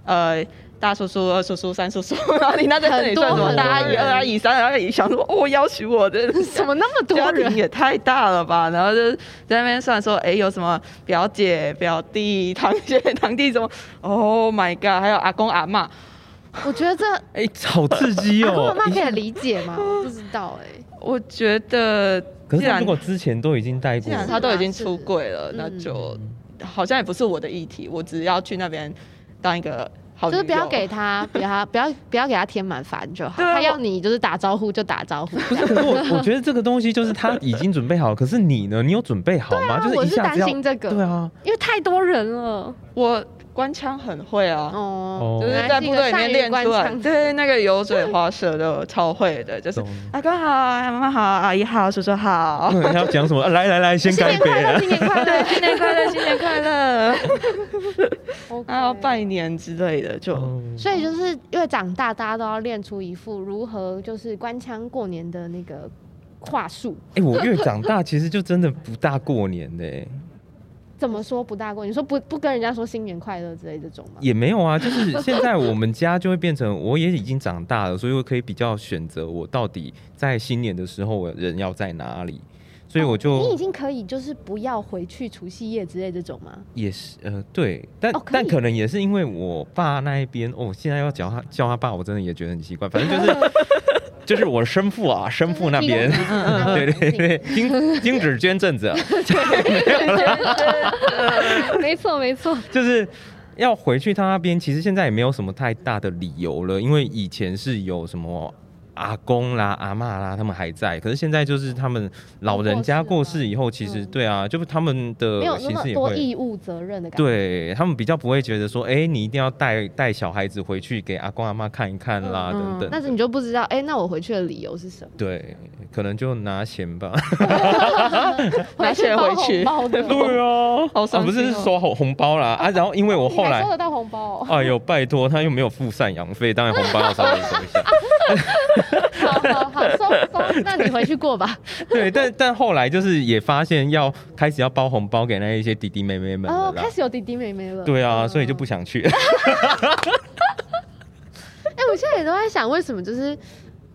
S2: 呃大叔叔、二叔叔、三叔叔，然后你那在这里算什么
S1: 很多
S2: 大阿
S1: 很
S2: 姨、
S1: 多
S2: 二阿姨、三阿姨，想说哦要娶我真的
S3: 怎么那么多
S2: 家庭
S3: 人？
S2: 也太大了吧，然后就在那边算说，哎、有什么表姐、表弟、堂姐、堂弟什么？Oh my god！还有阿公阿妈，
S3: 我觉得这
S1: 哎，好刺激
S3: 阿公阿
S1: 哦
S3: 啊 妈！
S1: 一
S3: 可
S1: 下
S3: 以理解 吗？
S2: 哦
S3: 我不知道哎、
S2: 我觉得
S1: 可
S2: 既
S1: 是他
S2: 然
S1: 如果之前都已经带
S2: 既
S1: 过，
S2: 然
S3: 是
S2: 他都已
S3: 啦
S2: 经
S3: 是啊
S2: 出柜了，那
S3: 嗯
S2: 就好像也不是我的议题，我只要去那边当一个好，
S3: 就是不要给。他，不要不要不要给他添满烦就好。
S2: 对啊
S3: 他要
S2: 我
S3: 你就是打招呼就打招呼。
S1: 不是，可是我我觉得这个东西就是他已经准备好，可是你呢？你有准备好吗？就
S3: 啊我
S1: 一
S3: 是
S1: 下
S3: 担
S1: 子要
S3: 心这个，
S1: 对啊，
S3: 因为太多人了。
S2: 我官腔很会啊，
S3: 哦，
S2: 就是
S3: 原来
S2: 在
S3: 一
S2: 部
S3: 个
S2: 队里
S3: 善
S2: 面
S3: 于
S2: 练
S3: 官
S2: 出来，
S3: 腔
S2: 对那个油嘴滑舌的我超会的，就是
S1: 懂
S2: 阿公好，妈妈好，阿姨好，叔叔 好，
S1: 那要讲什么？啊来来来，先
S3: 新
S1: 干
S3: 年
S1: 杯
S3: 快乐，
S1: 啊！
S3: 新年快
S2: 对，
S3: 乐，
S2: 新年快 乐，新年快乐， 然后
S3: OK
S2: 啊拜年之类的就。
S1: 嗯
S3: 所以就是因为长大，大家都要练出一副如何就是官腔过年的那个话术。
S1: 哎、我越长大，其实就真的不大过年的、
S3: 怎么说不大过？你说不不跟人家说新年快乐之类这种吗？
S1: 也没有啊。就是现在我们家就会变成，我也已经长大了，所以我可以比较选择我到底在新年的时候我人要在哪里。所以我
S3: 哦你已
S1: 就
S3: 经可以就是不要回去除夕夜之类这种吗？
S1: 也是呃对，但、
S3: 哦可以
S1: 但可能也是因为我爸那一边哦，现在要叫他叫他爸，我真的也觉得很奇怪。反正就是就是我生父啊，生父那边， 对对对，金金指捐赠者，
S3: 对，没错没错，
S1: 就是要回去他那边，其实现在也没有什么太大的理由了，因为以前是有什么。阿公啦、阿嬷啦，他们还在，可是现在就是他们老人家过世以后，其实
S3: 嗯
S1: 对啊，就是他们的
S3: 没有那
S1: 形
S3: 么
S1: 式也
S3: 多
S1: 会，
S3: 义务责任的感觉。
S1: 对他们比较不会觉得说，哎、你一定要带带小孩子回去给阿公阿妈看一看啦，
S3: 嗯，
S1: 等
S3: 但
S1: 等
S3: 是
S1: 的。
S3: 你就不知道，哎，那我回去的理由是什么？
S1: 对，可能就拿钱 吧。
S2: 拿钱
S3: 包
S2: 回去
S3: 红包的，
S1: 对啊，
S2: 好伤
S1: 啊
S2: 心哦
S1: 不是是收红红包 啦啊，然后因为我
S3: 你
S1: 后
S3: 还
S1: 来
S3: 收得到红包哦。
S1: 哎呦，拜托，他又没有付赡养费，当然红包要稍微收一下。
S3: 好好好，收收，那你回去过吧。
S1: 对，但但后来就是也发现要开始要包红包给那一些弟弟妹妹们了
S3: 哦，
S1: 啦。
S3: 开始有弟弟妹妹了。
S1: 对啊，所以就
S3: 嗯
S1: 不想去。
S3: 哎、我现在也都在想，为什么就是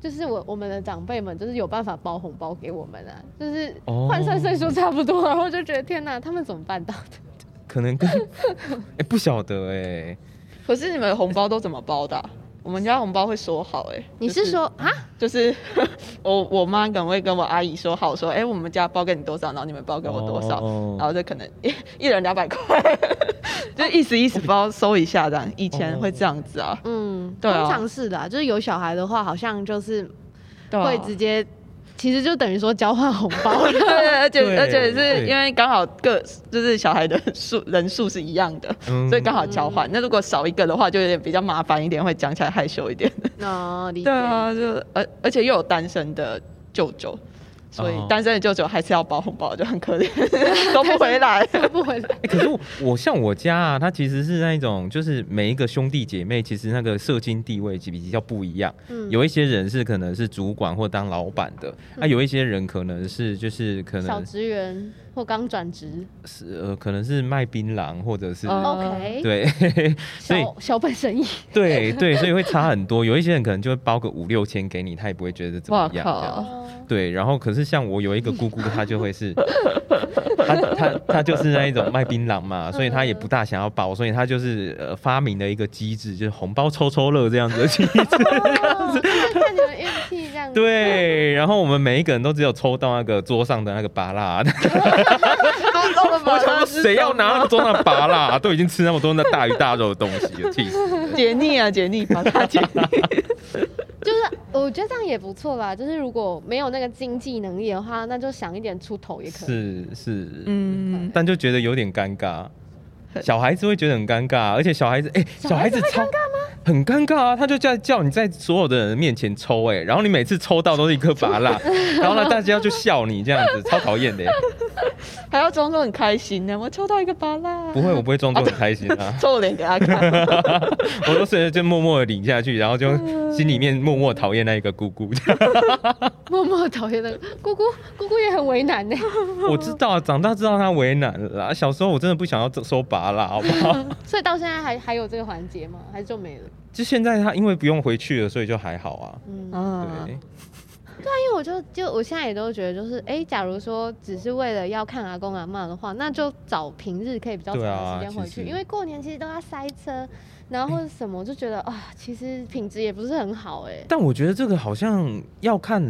S3: 就是我我们的长辈们就是有办法包红包给我们啊，就是
S1: 哦
S3: 换算岁数差不多，然后就觉得天哪，他们怎么办到的？
S1: 可能 跟哎、不晓得哎、
S2: 可是你们的红包都怎么包的啊、我们家红包会说好哎、
S3: 你
S2: 就是
S3: 说啊？
S2: 就是 我我妈可能会跟我阿姨说好说，哎、我们家包给你多少，然后你们包给我多少，
S1: 哦
S2: 然后就可能一一人两百块， 就意思意思包收一下这样。以前会这样子啊，
S3: 嗯，
S2: 对啊
S3: 通常是的啊、就是有小孩的话，好像就是
S2: 对啊
S3: 会直接，其实就等于说交换红包 了。
S2: 对，而且
S1: 对
S2: 而且是
S1: 对
S2: 因为刚好各就是小孩的数人数是一样的，
S1: 嗯
S2: 所以刚好交换。那如果少一个的话，就有点比较麻烦一点，会讲起来害羞一点。
S3: 哦，理解。
S2: 对啊，就 而而且又有单身的舅舅，所以
S1: 哦
S2: 单身的舅舅还是要包红包，就很可 怜，收不回来。
S3: 不回来，
S1: 哎可是我我像我家啊，他其实是那一种，就是每一个兄弟姐妹，其实那个社经地位比较不一样。
S3: 嗯
S1: 有一些人是可能是主管或当老板的，
S2: 嗯
S1: 那、有一些人可能是就是可
S3: 小
S1: 能
S3: 职员或刚转职
S1: 是呃可能是卖槟榔或者是、
S3: 嗯
S2: 哦
S3: ，OK，
S1: 对，所以
S3: 小小本生意，
S1: 对对，所以会差很多。有一些人可能就会包个五六千给你，他也不会觉得怎么
S2: 哇
S1: 样。这样
S2: 靠！
S3: 哦
S1: 对，然后可是像我有一个姑姑，她就会 是，她她她就是那一种卖槟榔嘛，
S2: 嗯
S1: 所以她也不大想要包，所以她就是呃发明了一个机制，就是红包抽抽乐这样子的 机制。
S3: 哦就是看你们运气这样子。
S1: 对，然后我们每一个人都只有抽到那个桌上的那个拔 蜡，我想说谁要拿那个桌上的拔蜡、都已经吃那么多那大鱼大肉的东西了，气 死！
S2: 解腻啊，解腻，把它解腻。
S3: 就是我觉得这样也不错啦。就是如果没有那个经济能力的话，那就想一点出头也可以。
S1: 是是，
S2: 嗯，
S1: 但就觉得有点尴尬。小孩子会觉得很尴尬，而且小孩子，哎、小孩子超很尴尬啊，他就叫叫你在所有的人面前抽、哎，然后你每次抽到都是一颗拔 蜡，然后呢，大家就笑你这样子，超讨 厌的、哎
S2: 还要装作很开心呢。我抽到一个巴拉，
S1: 不会，我不会装作很开心啊，
S2: 臭脸给他 看。
S1: 我都是就默默的领下去，然后就心里面默默讨厌那一个姑姑。
S3: 默默讨厌的姑姑，姑姑也很为难呢。
S1: 我知道，长大知道他为难了啦。小时候我真的不想要收拔蜡，好不好？
S3: 所以到现在还还有这个环节吗？还是就没了？
S1: 就现在他因为不用回去了，所以就还好啊。
S3: 嗯，
S2: 啊
S1: 对，
S3: 因为我就就我现在也都觉得，就是哎、诶假如说只是为了要看阿公阿妈的话，那就找平日可以比较长
S1: 对
S3: 的
S1: 啊
S3: 时间回去，
S1: 其实
S3: 因为过年其实都要塞车，然后或者什么，我就觉得啊、其实品质也不是很好哎、
S1: 但我觉得这个好像要看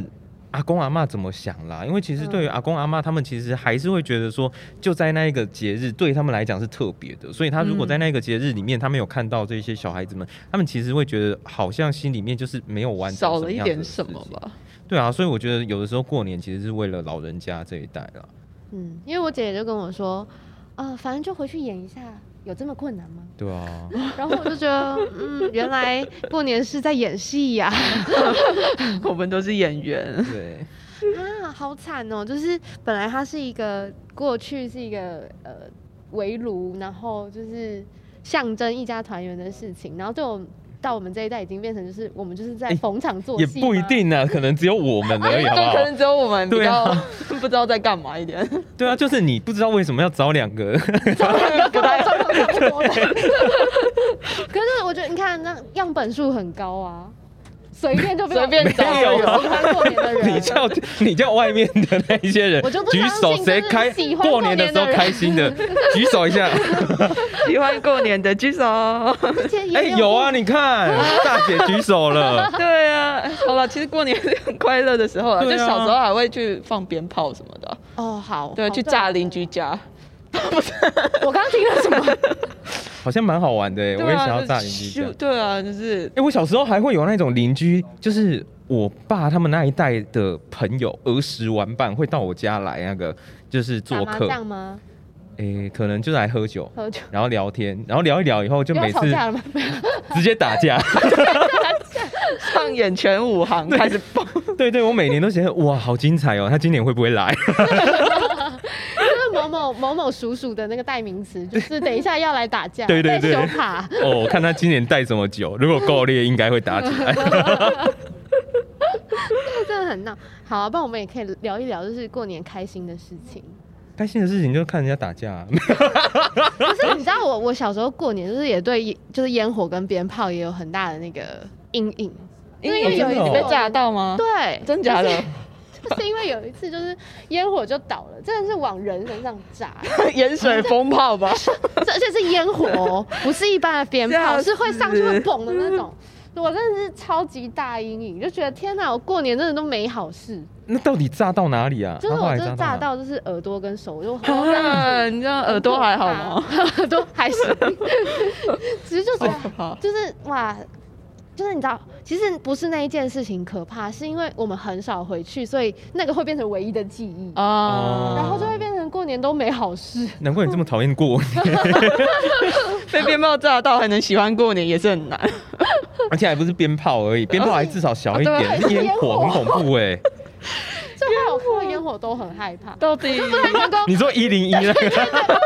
S1: 阿公阿嬷怎么想啦，因为其实
S2: 嗯
S1: 对于阿公阿嬷，他们其实还是会觉得说，就在那一个节日对他们来讲是特别的，所以他如果在那个节日里面，他没有看到这些小孩子们，他们其实会觉得好像心里面就是没有完成
S2: 少
S1: 什
S2: 了
S1: 么
S2: 一
S1: 样
S2: 点
S1: 的
S2: 什
S1: 事
S2: 么
S1: 情。
S2: 吧。
S1: 对啊，所以我觉得有的时候过年其实是为了老人家这一代啦。
S3: 嗯，因为我姐姐就跟我说，啊，反正就回去演一下，有这么困难吗？
S1: 对啊，
S3: 然后我就觉得，嗯，原来过年是在演戏呀、
S2: 我们都是演员，
S1: 对，
S3: 啊，好惨哦！就是本来它是一个过去是一个呃围炉，然后就是象征一家团圆的事情，然后就到我们这一代已经变成就是我们就是在
S1: 哎
S3: 逢场作
S1: 也
S3: 戏、
S1: 不一。定啊，可能只有我们而已，好不好
S2: 可？能只有我们比
S1: 对
S2: 较、
S1: 啊
S2: 不知道在干嘛一点，
S1: 对啊，就是你不知道为什么要找两个，
S2: 不太
S3: 可是我觉得你看那样本数很高啊，随便就
S2: 随便找
S3: 找
S1: 没有啊
S3: 喜欢过年的人。
S1: 你叫你叫外面的那一些人
S3: 啊我就不
S1: 举
S3: 相信
S1: 手，谁
S3: 真的
S1: 开
S3: 喜欢过
S1: 年的
S3: 年
S1: 时候
S3: 的人
S1: 开心 的举手一下。
S2: 喜欢过年的举手。
S3: 而且也
S1: 哎，有啊，
S3: 你
S1: 你看大姐举手 了。
S2: 对啊，好了，其实过年是很快乐的时候啊，就
S1: 对啊
S2: 小时候还会去放鞭炮什么的，
S3: 哦好，
S2: 对，啊
S3: 好
S2: 去
S3: 对
S2: 炸邻居家。
S3: 我刚刚听了什么？
S1: 好像蛮好玩的哎，我
S2: 对
S1: 也
S2: 啊，
S1: 想要
S2: 就
S1: 炸邻居家
S2: 咻。对啊，就是
S1: 哎，我小时候还会有那种邻居，就是我爸他们那一代的朋友儿时玩伴会到我家来，那个就是
S3: 打
S1: 做
S3: 麻
S1: 客，
S3: 将吗？
S1: 哎，可能就来喝酒，
S3: 喝酒？
S1: 然后聊天，然后聊一聊以后就
S3: 不要
S1: 每
S3: 吵
S1: 次
S3: 架了吗？
S1: 直接打架。
S2: 上演全武行开始 蹦，
S1: 对对，我每年都觉得哇，好精彩哦，他今年会不会来？
S3: 就是某某某某叔叔的那个代名词， 就是等一下要来打架，
S1: 对对对
S3: 被羞怕。
S1: 哦，我看他今年带什么酒，如果够烈，应该会打起 来。哎
S3: 这 真的很闹。好、啊，不然我们也可以聊一聊，就是过年开心的事 情。
S1: 开心的事情就看人家打架、啊，
S3: 可是你知道我，我小时候过年就是也对，就是烟火跟鞭炮也有很大的那个阴影。因为
S1: 有一次
S2: 你被炸到吗？
S3: 对，
S2: 哦真假的？
S3: 就是因为有一次就是烟火就倒了，真的是往人身上炸，
S2: 盐水风炮吧？
S3: 这而且是烟火哦，不是一般的鞭炮，
S2: 吓死
S3: 是会上去会蹦的那种。我真的是超级大阴影，就觉得天哪，我过年真的都没好事。
S1: 那到底炸到哪里啊？
S3: 就是
S1: 他后
S3: 我
S1: 来
S3: 就是炸
S1: 哪
S3: 到就是耳朵跟手， 我就
S2: 啊，你这样耳朵还好 吗？？
S3: 耳朵 还行，其实就是
S2: 好，
S3: 就是哇，就是你知道，其实不是那一件事情可怕，是因为我们很少回去，所以那个会变成唯一的记忆，
S2: 啊，
S3: 然后就会变成过年都没好事。
S1: 难怪你这么讨厌过 年，
S2: 被鞭炮炸到还能喜欢过年也是很难。
S1: 而且还不是鞭炮而已，鞭炮还至少小一
S3: 啊
S2: 哦
S1: 点，
S2: 对
S1: 是烟火很恐怖哎、
S3: 就还有看到烟火都很害怕。
S2: 到底
S3: 能够
S1: 你说一零一那个，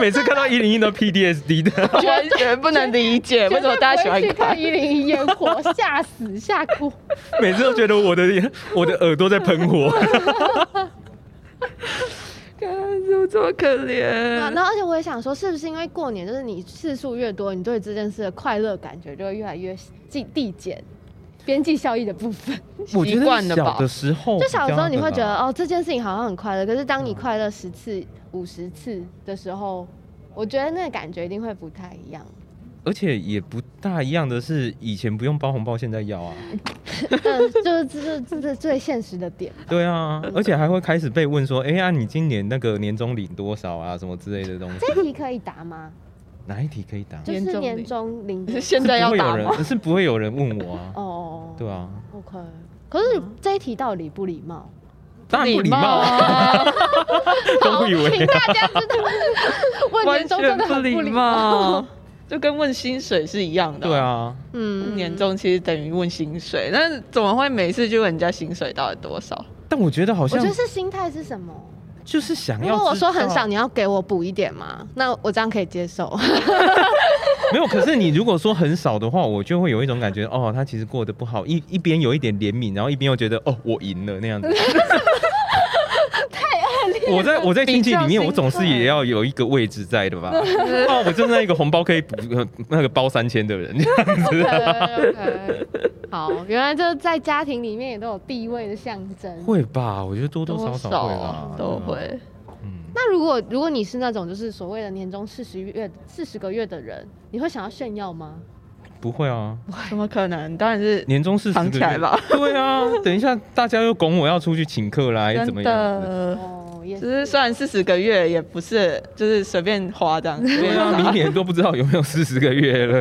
S1: 每次看到一零一的 PDSD 的，
S2: 完全不能理解为什么大家喜欢
S3: 绝对不会
S2: 看
S3: 去看一零一烟火，吓死吓哭。
S1: 每次都觉得我的我的耳朵在喷 火。
S2: 看怎么这么可
S3: 啊
S2: 怜？
S3: 然后而且我也想说，是不是因为过年就是你次数越多，你对这件事的快乐感觉就会越来越递递减，边际效益的部分。
S1: 我觉
S2: 习惯
S1: 得
S2: 了吧
S1: 小的时候，
S3: 就小时候你会觉得哦，这件事情好像很快乐，可是当你快乐十次、五十次的时候，我觉得那个感觉一定会不太 一样。
S1: 而且也不大一样的是，以前不用包红包，现在要啊。
S3: 嗯，就是这这这最现实的点。
S1: 对啊，而且还会开始被问说，哎、呀、你今年那个年终领多少啊，什么之类的东西。
S3: 这题可以答吗？
S1: 哪一题可以 打？
S3: 就是
S2: 年终
S3: 年
S2: 零
S3: 终零
S2: 现在要
S1: 不会有
S2: 打吗？
S1: 人，是不会有人问我啊。
S3: 哦，
S1: 对啊，
S3: ，OK。可是这一题到底不礼貌？
S1: 当然不礼貌啊，
S2: 啊，
S1: 都以为
S3: 啊 请大家知道，问
S2: 完
S3: 年终真
S2: 全
S3: 的
S2: 不
S3: 很不
S2: 礼
S3: 礼貌。
S2: 貌。就跟问薪水是一样的、
S1: 对，啊，
S3: 嗯，
S2: 年终其实等于问薪水，但是怎么会每次就问人家薪水到底多少？
S1: 但我觉得好
S3: 我
S1: 像
S3: 觉得是心态是什么？
S1: 就是想
S3: 如
S1: 要。啊
S3: 果我说很少，，你要给我补一点嘛，那我这样可以接 受。
S1: 没有。可是你如果说很少的话，我就会有一种感觉，哦，他其实过得不好，一一边有一点怜悯，然后一边又觉得，哦，我赢了那样 子。太恶劣！我在我在亲戚里面，我总是也要有一个位置在的吧？哦，我就是那一个红包可以补呃那个包三千的 人，
S3: OK OK，好， 原来这在家庭里面也都有地位的象征。
S1: 会吧？我觉得多多少少会啦
S2: 啊，
S1: 对
S2: 都
S1: 啊。
S2: 会。
S1: 嗯，
S3: 那如果如果你是那种就是所谓的年终四十月四十个月的人，你会想要炫耀吗？
S1: 不会啊，
S2: 怎么可能？当然是
S1: 年终是
S2: 藏起来吧。
S1: 对啊，等一下大家又拱我要出去请客啦，又怎么
S2: 真
S1: 样子？
S2: 的。
S3: 哦，也
S2: 只是虽然四十个月，也不是就是随便花这样子。
S1: 对啊，明年都不知道有没有四十个月了。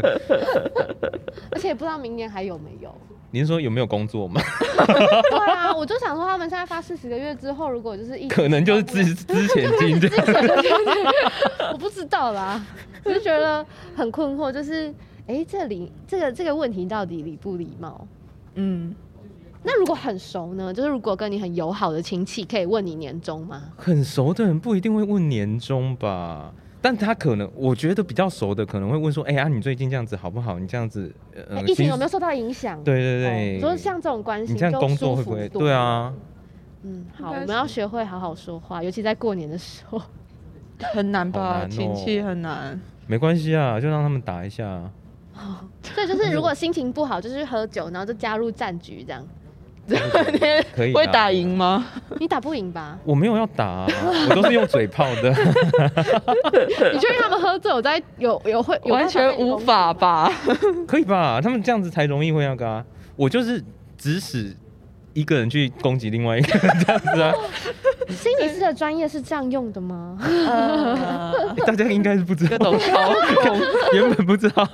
S3: 而且不知道明年还有没 有。
S1: 您说有没有工作吗？
S3: 对啊，我就想说他们现在发四十个月之后，如果就是一
S1: 可能就是之之前进这样。
S3: 我不知道啦，我就觉得很困惑，就是哎、诶这里这个这个问题到底礼不礼貌？
S2: 嗯，
S3: 那如果很熟呢？就是如果跟你很友好的亲戚，可以问你年终吗？
S1: 很熟的人不一定会问年终吧，但他可能我觉得比较熟的可能会问说，哎、呀、你最近这样子好不好？你这样子，呃
S3: 诶，哎疫情有没
S1: 有？
S3: 有受到影响？
S1: 对对对，
S3: 哦你说像这种关系，
S1: 你这样
S3: 就
S1: 工作
S3: 舒
S1: 会
S3: 服
S1: 不会？
S3: 多
S1: 对，啊，
S3: 嗯，好，
S2: 应
S3: 我
S2: 该
S3: 们
S2: 是
S3: 要学会好好说话，尤其在过年的时 候。
S2: 很难
S1: 好
S2: 吧？
S1: 难哦
S2: 亲戚很难。
S1: 没关系啊，就让他们打一下啊。
S3: 所以就是如果心情不好，就是喝酒，然后就加入战局这样。
S1: 可以啦啊
S2: 会打赢吗？
S3: 你打不 赢吧？
S1: 我没有要打、啊，我都是用嘴炮的。
S3: 你确定他们喝醉有在有有会有
S2: 完全无法吧？
S1: 可以吧？他们这样子才容易会那个啊。我就是指使一个人去攻击另外一个人这样子 啊，
S3: 心理师的专业是这样用的吗？
S2: 呃
S1: 大家应该是不知
S2: 各
S1: 道，
S2: 种操控。
S1: 原本不知道。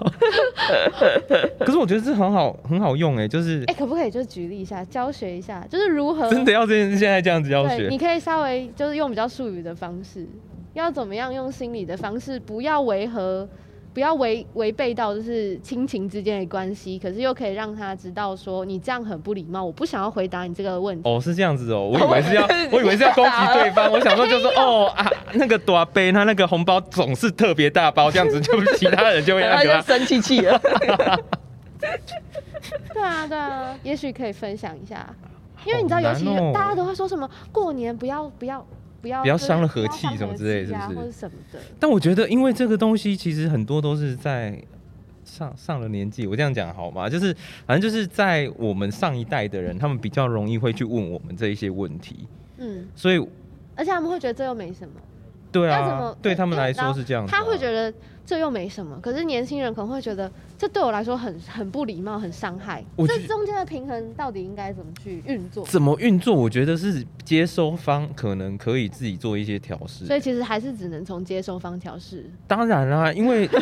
S1: 可是我觉得这很好，很好用哎、就是
S3: 哎、可不可以就举例一下，教学一下，就是如何
S1: 真的要这现在这样子要
S3: 哎对，
S1: 学
S3: 你，可以稍微就是用比较术语的方式，要怎么样用心理的方式，不要违和，不要违违背到就是亲情之间的关系，可是又可以让他知道说你这样很不礼貌，我不想要回答你这个问题。
S1: 哦，是这样子哦，我以为是要，我以为是要攻击对方，我想说就是哦啊，那个大杯他那个红包总是特别大包，这样子就其他人就会
S2: 然
S1: 那
S2: 后
S1: 个
S3: 哎
S2: 就
S1: 啊。
S2: 生气气了。
S3: 对啊，对啊，也许可以分享一下，因为
S1: 好
S3: 你知道，尤
S1: 难
S3: 其
S1: 哦
S3: 大家都会说什么过年不要不要不要
S1: 不要
S3: 就是
S1: 伤了
S3: 不要
S1: 和气
S3: 伤
S1: 什么
S3: 和
S1: 之类
S3: 气
S1: 是不
S3: 啊
S1: 是
S3: 或者什么的。
S1: 但我觉得，因为这个东西其实很多都是在上上了年纪，我这样讲好吗？就是反正就是在我们上一代的人，他们比较容易会去问我们这一些问题，
S3: 嗯，
S1: 所以
S3: 而且他们会觉得这又没什么。
S1: 对
S3: 要怎么
S1: 啊，对他们来
S3: 然
S1: 说
S3: 后
S1: 是这样子啊、
S3: 他会觉得这又没什么，可是年轻人可能会觉得这对我来说很很不礼貌，很伤害。
S1: 我
S3: 这
S1: 觉
S3: 中间的平衡到底应该怎么去运作？
S1: 怎么运作，我觉得是接收方可能可以自己做一些调试
S3: 所。以其实还是只能从接收方调试。
S1: 当然啦、因 为不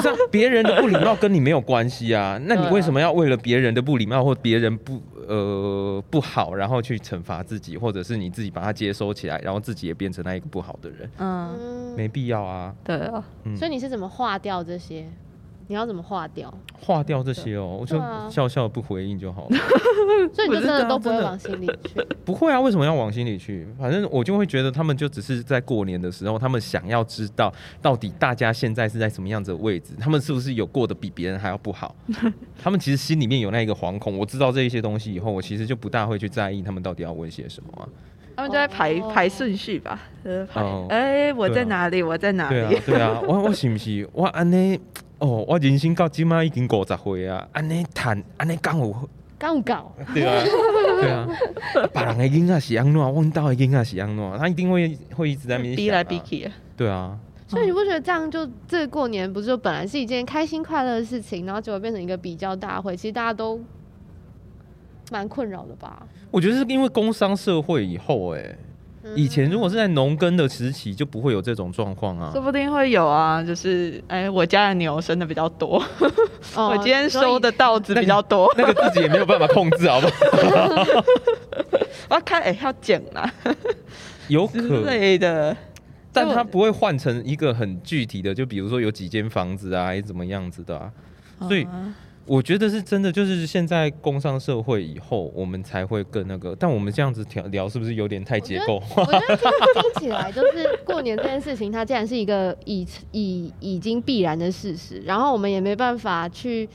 S1: 是啊别、人的不礼貌跟你没有关系 啊，那
S2: 对
S1: 你
S2: 啊
S1: 为什么要为了别人的不礼貌或别人不呃不好，然后去惩罚自己，或者是你自己把它接收起来，然后自己也变成那一个不好的人？
S2: 嗯，
S3: 嗯，
S1: 没必要啊，
S2: 对啊，
S1: 嗯
S3: 所以你是怎么化掉这些？你要怎么化掉？
S1: 划掉这些哦，我就
S3: 对啊
S1: 笑笑不回应就好了。
S3: 所以你
S1: 不是
S3: 就真的
S1: 啊
S3: 都不
S1: 真
S3: 会
S1: 的
S3: 往心里去。
S1: 不会啊，为什么要往心里去？反正我就会觉得他们就只是在过年的时候，他们想要知道到底大家现在是在什么样子的位置，他们是不是有过得比别人还要不 好？他们其实心里面有那一个惶恐。我知道这一些东西以后，我其实就不大会去在意他们到底要问些什么啊。
S2: 他们就在排
S3: 哦
S2: 排顺序吧，就是排
S1: 哦
S2: 哎我
S1: 对
S2: 在
S1: 啊
S2: 哪里，我在哪
S1: 对啊
S2: 里。，
S1: 对啊，我我是不是我安尼？哦，我人生到今嘛已经五十岁啊，安尼谈安尼讲有
S3: 刚搞，
S1: 对啊，对 啊，啊别人的囡仔是安怎，阮兜的囡仔是安怎，他一定会会一直在那边
S2: 逼
S1: 想啊
S2: 来逼。去，
S1: 对啊，
S3: 所以你不觉得这样就这个过年不是就本来是一件开心快乐的事情，然后结果变成一个比较大会，其实大家都蛮困扰的吧？
S1: 我觉得是因为工商社会以后、哎，以前如果是在农耕的时期，就不会有这种状况啊
S2: 说。不定会有啊，就是哎，我家的牛生的比较多，
S3: 哦
S2: 我今天
S3: 所以
S2: 收的稻子比较多，
S1: 那个自己也没有办法控制，好不好？
S2: 我要看哎要剪啦
S1: 有
S2: 之
S1: 可
S2: 类的。
S1: 但
S3: 所以
S1: 它
S3: 我
S1: 不会换成一个很具体的，就比如说有几间房子啊，还是怎么样子的啊。所以
S2: 啊
S1: 我觉得是真的，就是现在工商社会以后，我们才会更那个。但我们这样子聊聊，是不是有点太结构化？
S3: 我觉得听听起来就是过年这件事情，它竟然是一个已已已经必然的事实，然后我们也没办法去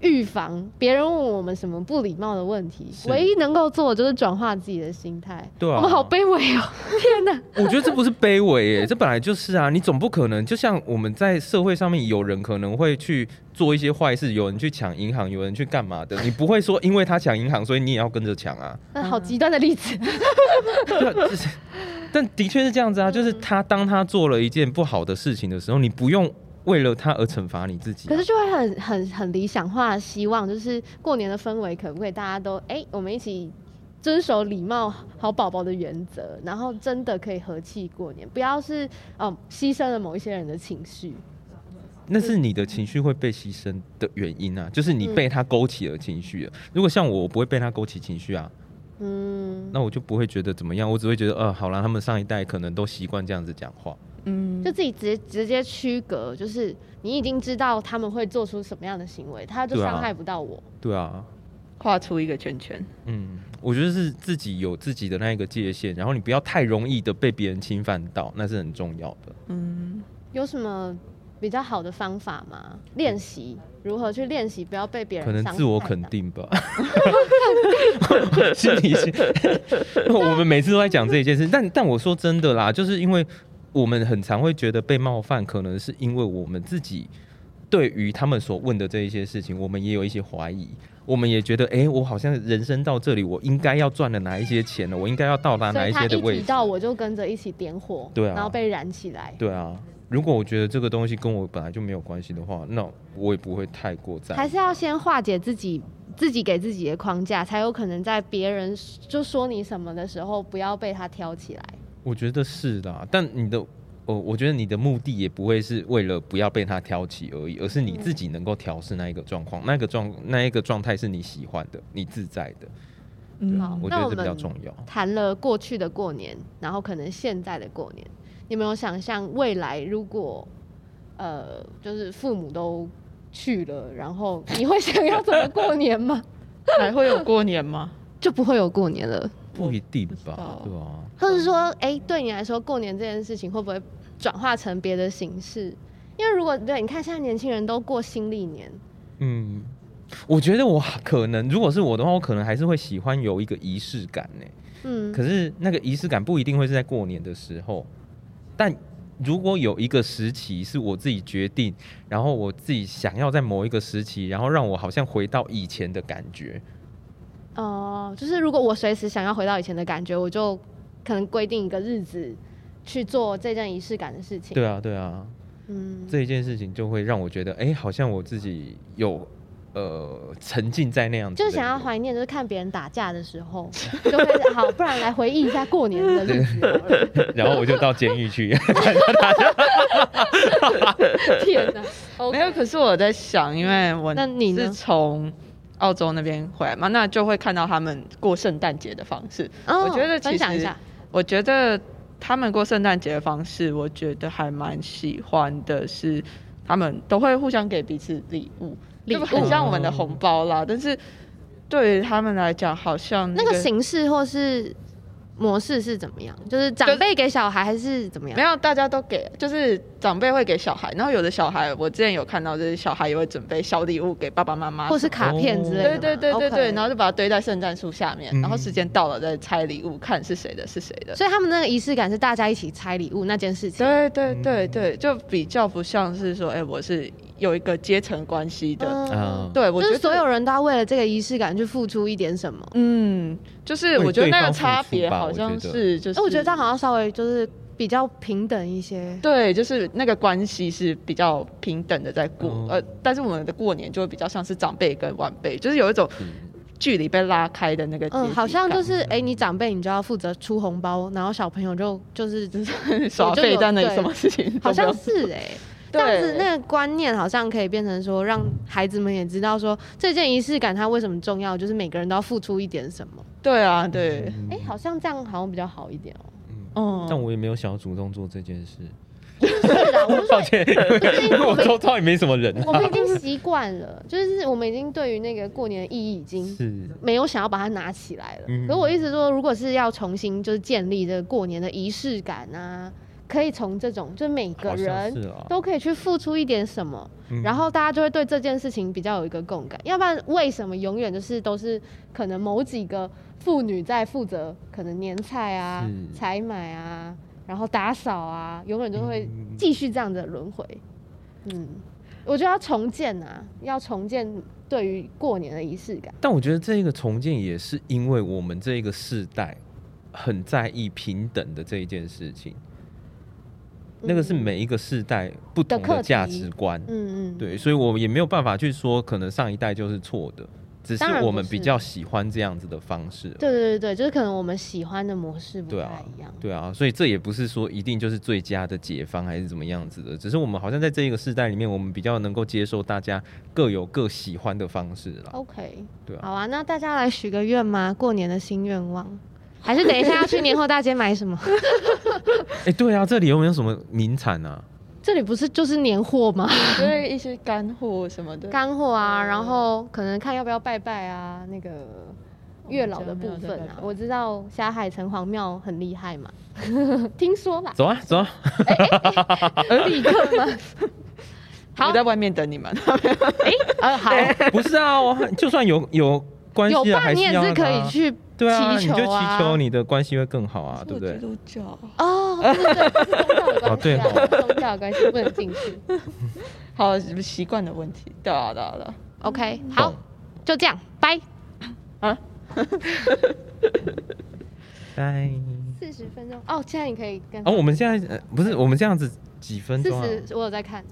S3: 预防别人问我们什么不礼貌的问题，
S1: 是
S3: 唯一能够做的就是转化自己的心态。
S1: 对啊
S3: 我们好卑微哦，天哪！
S1: 我觉得这不是卑微 耶、这本来就是啊。你总不可能，就像我们在社会上面，有人可能会去做一些坏事，有人去抢银行，有人去干嘛的，你不会说因为他抢银行，所以你也要跟着抢 啊。
S3: 那好极端的例子，
S1: 嗯对啊，就是但的确是这样
S3: 嗯
S1: 子啊，就是他当他做了一件不好的事情的时候，你不用为了他而惩罚你自己啊、
S3: 可是就会很很很理想化，的希望就是过年的氛围可不可以大家都哎、我们一起遵守礼貌好宝宝的原则，然后真的可以和气过年，不要是嗯牺牲了某一些人的情绪。
S1: 那是你的情绪会被牺牲的原因啊，就是
S3: 嗯
S1: 你被他勾起了情绪了。如果像我，我不会被他勾起情绪啊，
S3: 嗯，
S1: 那我就不会觉得怎么样，我只会觉得，呃，好啦，他们上一代可能都习惯这样子讲话。
S2: 嗯，
S3: 就自己直直接区隔，就是你已经知道他们会做出什么样的行为，他就
S1: 对啊
S3: 伤害不到我。
S1: 对啊，
S2: 画出一个圈圈。
S1: 嗯，我觉得是自己有自己的那一个界限，然后你不要太容易的被别人侵犯到，那是很重要的。
S2: 嗯，
S3: 有什么比较好的方法吗？练习如何去练习，不要被别人
S1: 可能
S3: 伤
S1: 自我
S3: 害啊
S1: 肯
S3: 到。
S1: 定吧， 心里是，我们每次都在讲这一件事，但但我说真的啦，就是因为我们很常会觉得被冒犯，可能是因为我们自己对于他们所问的这一些事情，我们也有一些怀疑，我们也觉得，哎、我好像人生到这里，我应该要赚了哪一些钱了，我应该要到达
S3: 所
S1: 啊哪
S3: 以
S1: 一
S3: 他
S1: 些
S3: 一
S1: 的位
S3: 提
S1: 置，
S3: 到我就跟着一起点火，
S1: 对啊
S3: 然后被燃起来。
S1: 对啊。如果我觉得这个东西跟我本来就没有关系的话，那我也不会太过在意。
S3: 还是要先化解自己自己给自己的框架，才有可能在别人就说你什么的时候，不要被他挑起来。
S1: 我觉得是的啊，但你的，呃，我觉得你的目的也不会是为了不要被他挑起而已，而是你自己能够调试那一个状
S3: 嗯
S1: 况，那个状那一个状态是你喜欢的，你自在的，
S2: 嗯
S3: 好
S1: 我
S3: 那
S1: 觉
S3: 我
S1: 得这比较
S3: 们
S1: 重要。
S3: 谈了过去的过年，然后可能现在的过年，你们有想象未来如果呃，就是父母都去了，然后你会想要怎么过年吗？
S2: 还会有过年吗？
S3: 就不会有过年了，
S1: 不一定
S2: 知道
S1: 吧？对啊，
S3: 或者说，哎、对你来说，过年这件事情会不会转化成别的形式？因为如果对，你看现在年轻人都过新历年，
S1: 嗯，我觉得我可能如果是我的话，我可能还是会喜欢有一个仪式感呢、
S3: 嗯，
S1: 可是那个仪式感不一定会是在过年的时候，但如果有一个时期是我自己决定，然后我自己想要在某一个时期，然后让我好像回到以前的感觉，
S3: 哦、就是如果我随时想要回到以前的感觉，我就可能规定一个日子去做这件仪式感的事情。
S1: 对，啊，对啊，
S3: 嗯，
S1: 这一件事情就会让我觉得，哎、好像我自己有呃沉浸在那样子
S3: 就
S1: 的，
S3: 是想要怀念，就是看别人打架的时候，就会好，不然来回忆一下过年的日子好 了。
S1: 然后我就到监狱 去，
S3: 天 哪，o
S2: 没有，可是我在想，因为我
S3: 那你呢
S2: 是从澳洲那边回来嘛，那就会看到他们过圣诞节的方式。我觉得其
S3: 嗯分享一
S2: 实
S3: 下，
S2: 我觉得他们过圣诞节的方式，我觉得还蛮喜欢的是，他们都会互相给彼此礼物，
S3: 礼
S2: 就很
S3: 物
S2: 像我们的红包啦。但是对于他们来讲，好像
S3: 那个形式或是模式是怎么样？就是
S2: 就
S3: 长辈给小孩还是怎么样
S2: 没？有，大家都给，就是长辈会给小孩，然后有的小孩，我之前有看到，就是小孩也会准备小礼物给爸爸妈妈，
S3: 或是卡片之类的吗、
S2: 哦对对对对对
S3: OK
S2: 然后就把它堆在圣诞树下面，
S1: 嗯
S2: 然后时间到了再拆礼物，看是谁的，是谁的。
S3: 所以他们那个仪式感是大家一起拆礼物那件事情。
S2: 对对对对，就比较不像是说，哎、我是有一个阶层关系的。
S1: 嗯
S2: 对，我
S3: 就
S2: 觉
S3: 是
S2: 得
S3: 所有人都要为了这个仪式感去付出一点什么。
S2: 嗯，就是我觉得那个差别好
S1: 为
S2: 像
S1: 对方付出吧我觉得
S2: 是就是，
S3: 哎，我觉得这样好像稍微就是比较平等一些。
S2: 对，就是那个关系是比较平等的在过，
S1: 嗯
S2: 呃，但是我们的过年就会比较像是长辈跟晚辈，就是有一种距离被拉开的那个阶级感。
S3: 嗯，好像就是哎、你长辈你就要负责出红包，然后小朋友就就是
S2: 是耍废在那里，什么事情都
S3: 好
S2: 没有
S3: 像是哎、这
S2: 对
S3: 样子那个观念好像可以变成说，让孩子们也知道说这件仪式感它为什么重要，就是每个人都要付出一点什么。
S2: 对啊，对，
S3: 哎、好像这样好像比较好一点哦、
S1: 嗯
S2: 嗯，
S1: 但我也没有想要主动做这件事。
S3: 是啦，我是
S1: 抱歉，因 为我周遭也没什么人
S3: 我们已经习惯了，就是我们已经对于那个过年的意义已经
S1: 是
S3: 没有想要把它拿起来了。
S1: 嗯
S3: 可我一直说，如果是要重新就是建立这个过年的仪式感啊，可以从这种，就是每个
S1: 好像
S3: 人
S1: 是啊，
S3: 都可以去付出一点什么，
S1: 嗯
S3: 然后大家就会对这件事情比较有一个共感。要不然为什么永远就是都是可能某几个妇女在负责可能年菜啊、
S1: 是
S3: 采买啊，然后打扫啊，永远都会
S1: 嗯
S3: 继续这样的轮回。嗯，我觉得要重建啊，要重建对于过年的仪式感。
S1: 但我觉得这个重建也是因为我们这个世代很在意平等的这一件事情，那个是
S3: 嗯
S1: 每一个世代不同
S3: 的课
S1: 的
S3: 题
S1: 价值观，
S3: 嗯嗯，
S1: 对，所以我也没有办法去说可能上一代就是错的，只是
S3: 当然不
S1: 我们比
S3: 是
S1: 较喜欢这样子的方式。啊
S3: 对对对对，就是可能我们喜欢的模式不
S1: 对
S3: 太
S1: 啊
S3: 一样。
S1: 对啊，所以这也不是说一定就是最佳的解方还是怎么样子的，只是我们好像在这一个世代里面，我们比较能够接受大家各有各喜欢的方式啦。
S3: OK，
S1: 对啊，
S3: 好啊，那大家来许个愿吗？过年的新愿 望，还是等一下要去年后大街买什么？
S1: 哎、对啊，这里有没有什么名产啊？
S3: 这里不是就是年货吗？
S2: 就是一些干货什么的。
S3: 干货啊，
S2: 嗯
S3: 然后可能看要不要拜拜啊，那个月老的部
S2: 我们家没有在
S3: 分
S2: 拜
S3: 啊
S2: 拜。
S3: 我知道霞海城隍庙很厉害嘛，听说啦，
S1: 走啊，走啊！
S3: 立刻吗？好
S2: 我，在外面等你们。
S3: 呃，好，
S1: 不是啊，我就算有有关
S3: 有
S1: 系啊，
S3: 伴
S1: 还
S3: 你也
S1: 要、
S3: 是
S1: 啊、
S3: 可以去
S1: 对啊，
S3: 祈
S1: 你就
S3: 求啊
S1: 祈求你的关系会更好啊，对不对
S2: 基？督教。
S3: 哦，对对对，是宗
S1: 哦
S3: 教的关系啊，宗教的关系不能进去。
S2: 好，习惯的问题。对啊，对啊，对啊。
S3: OK，好
S1: 懂，
S3: 就这样，拜。
S1: 拜。
S3: 四十分钟哦，现在你可以跟
S1: 哦，我们现在、呃、不是我们这样子几分
S3: 四
S1: 钟啊？
S3: 十，我有在看，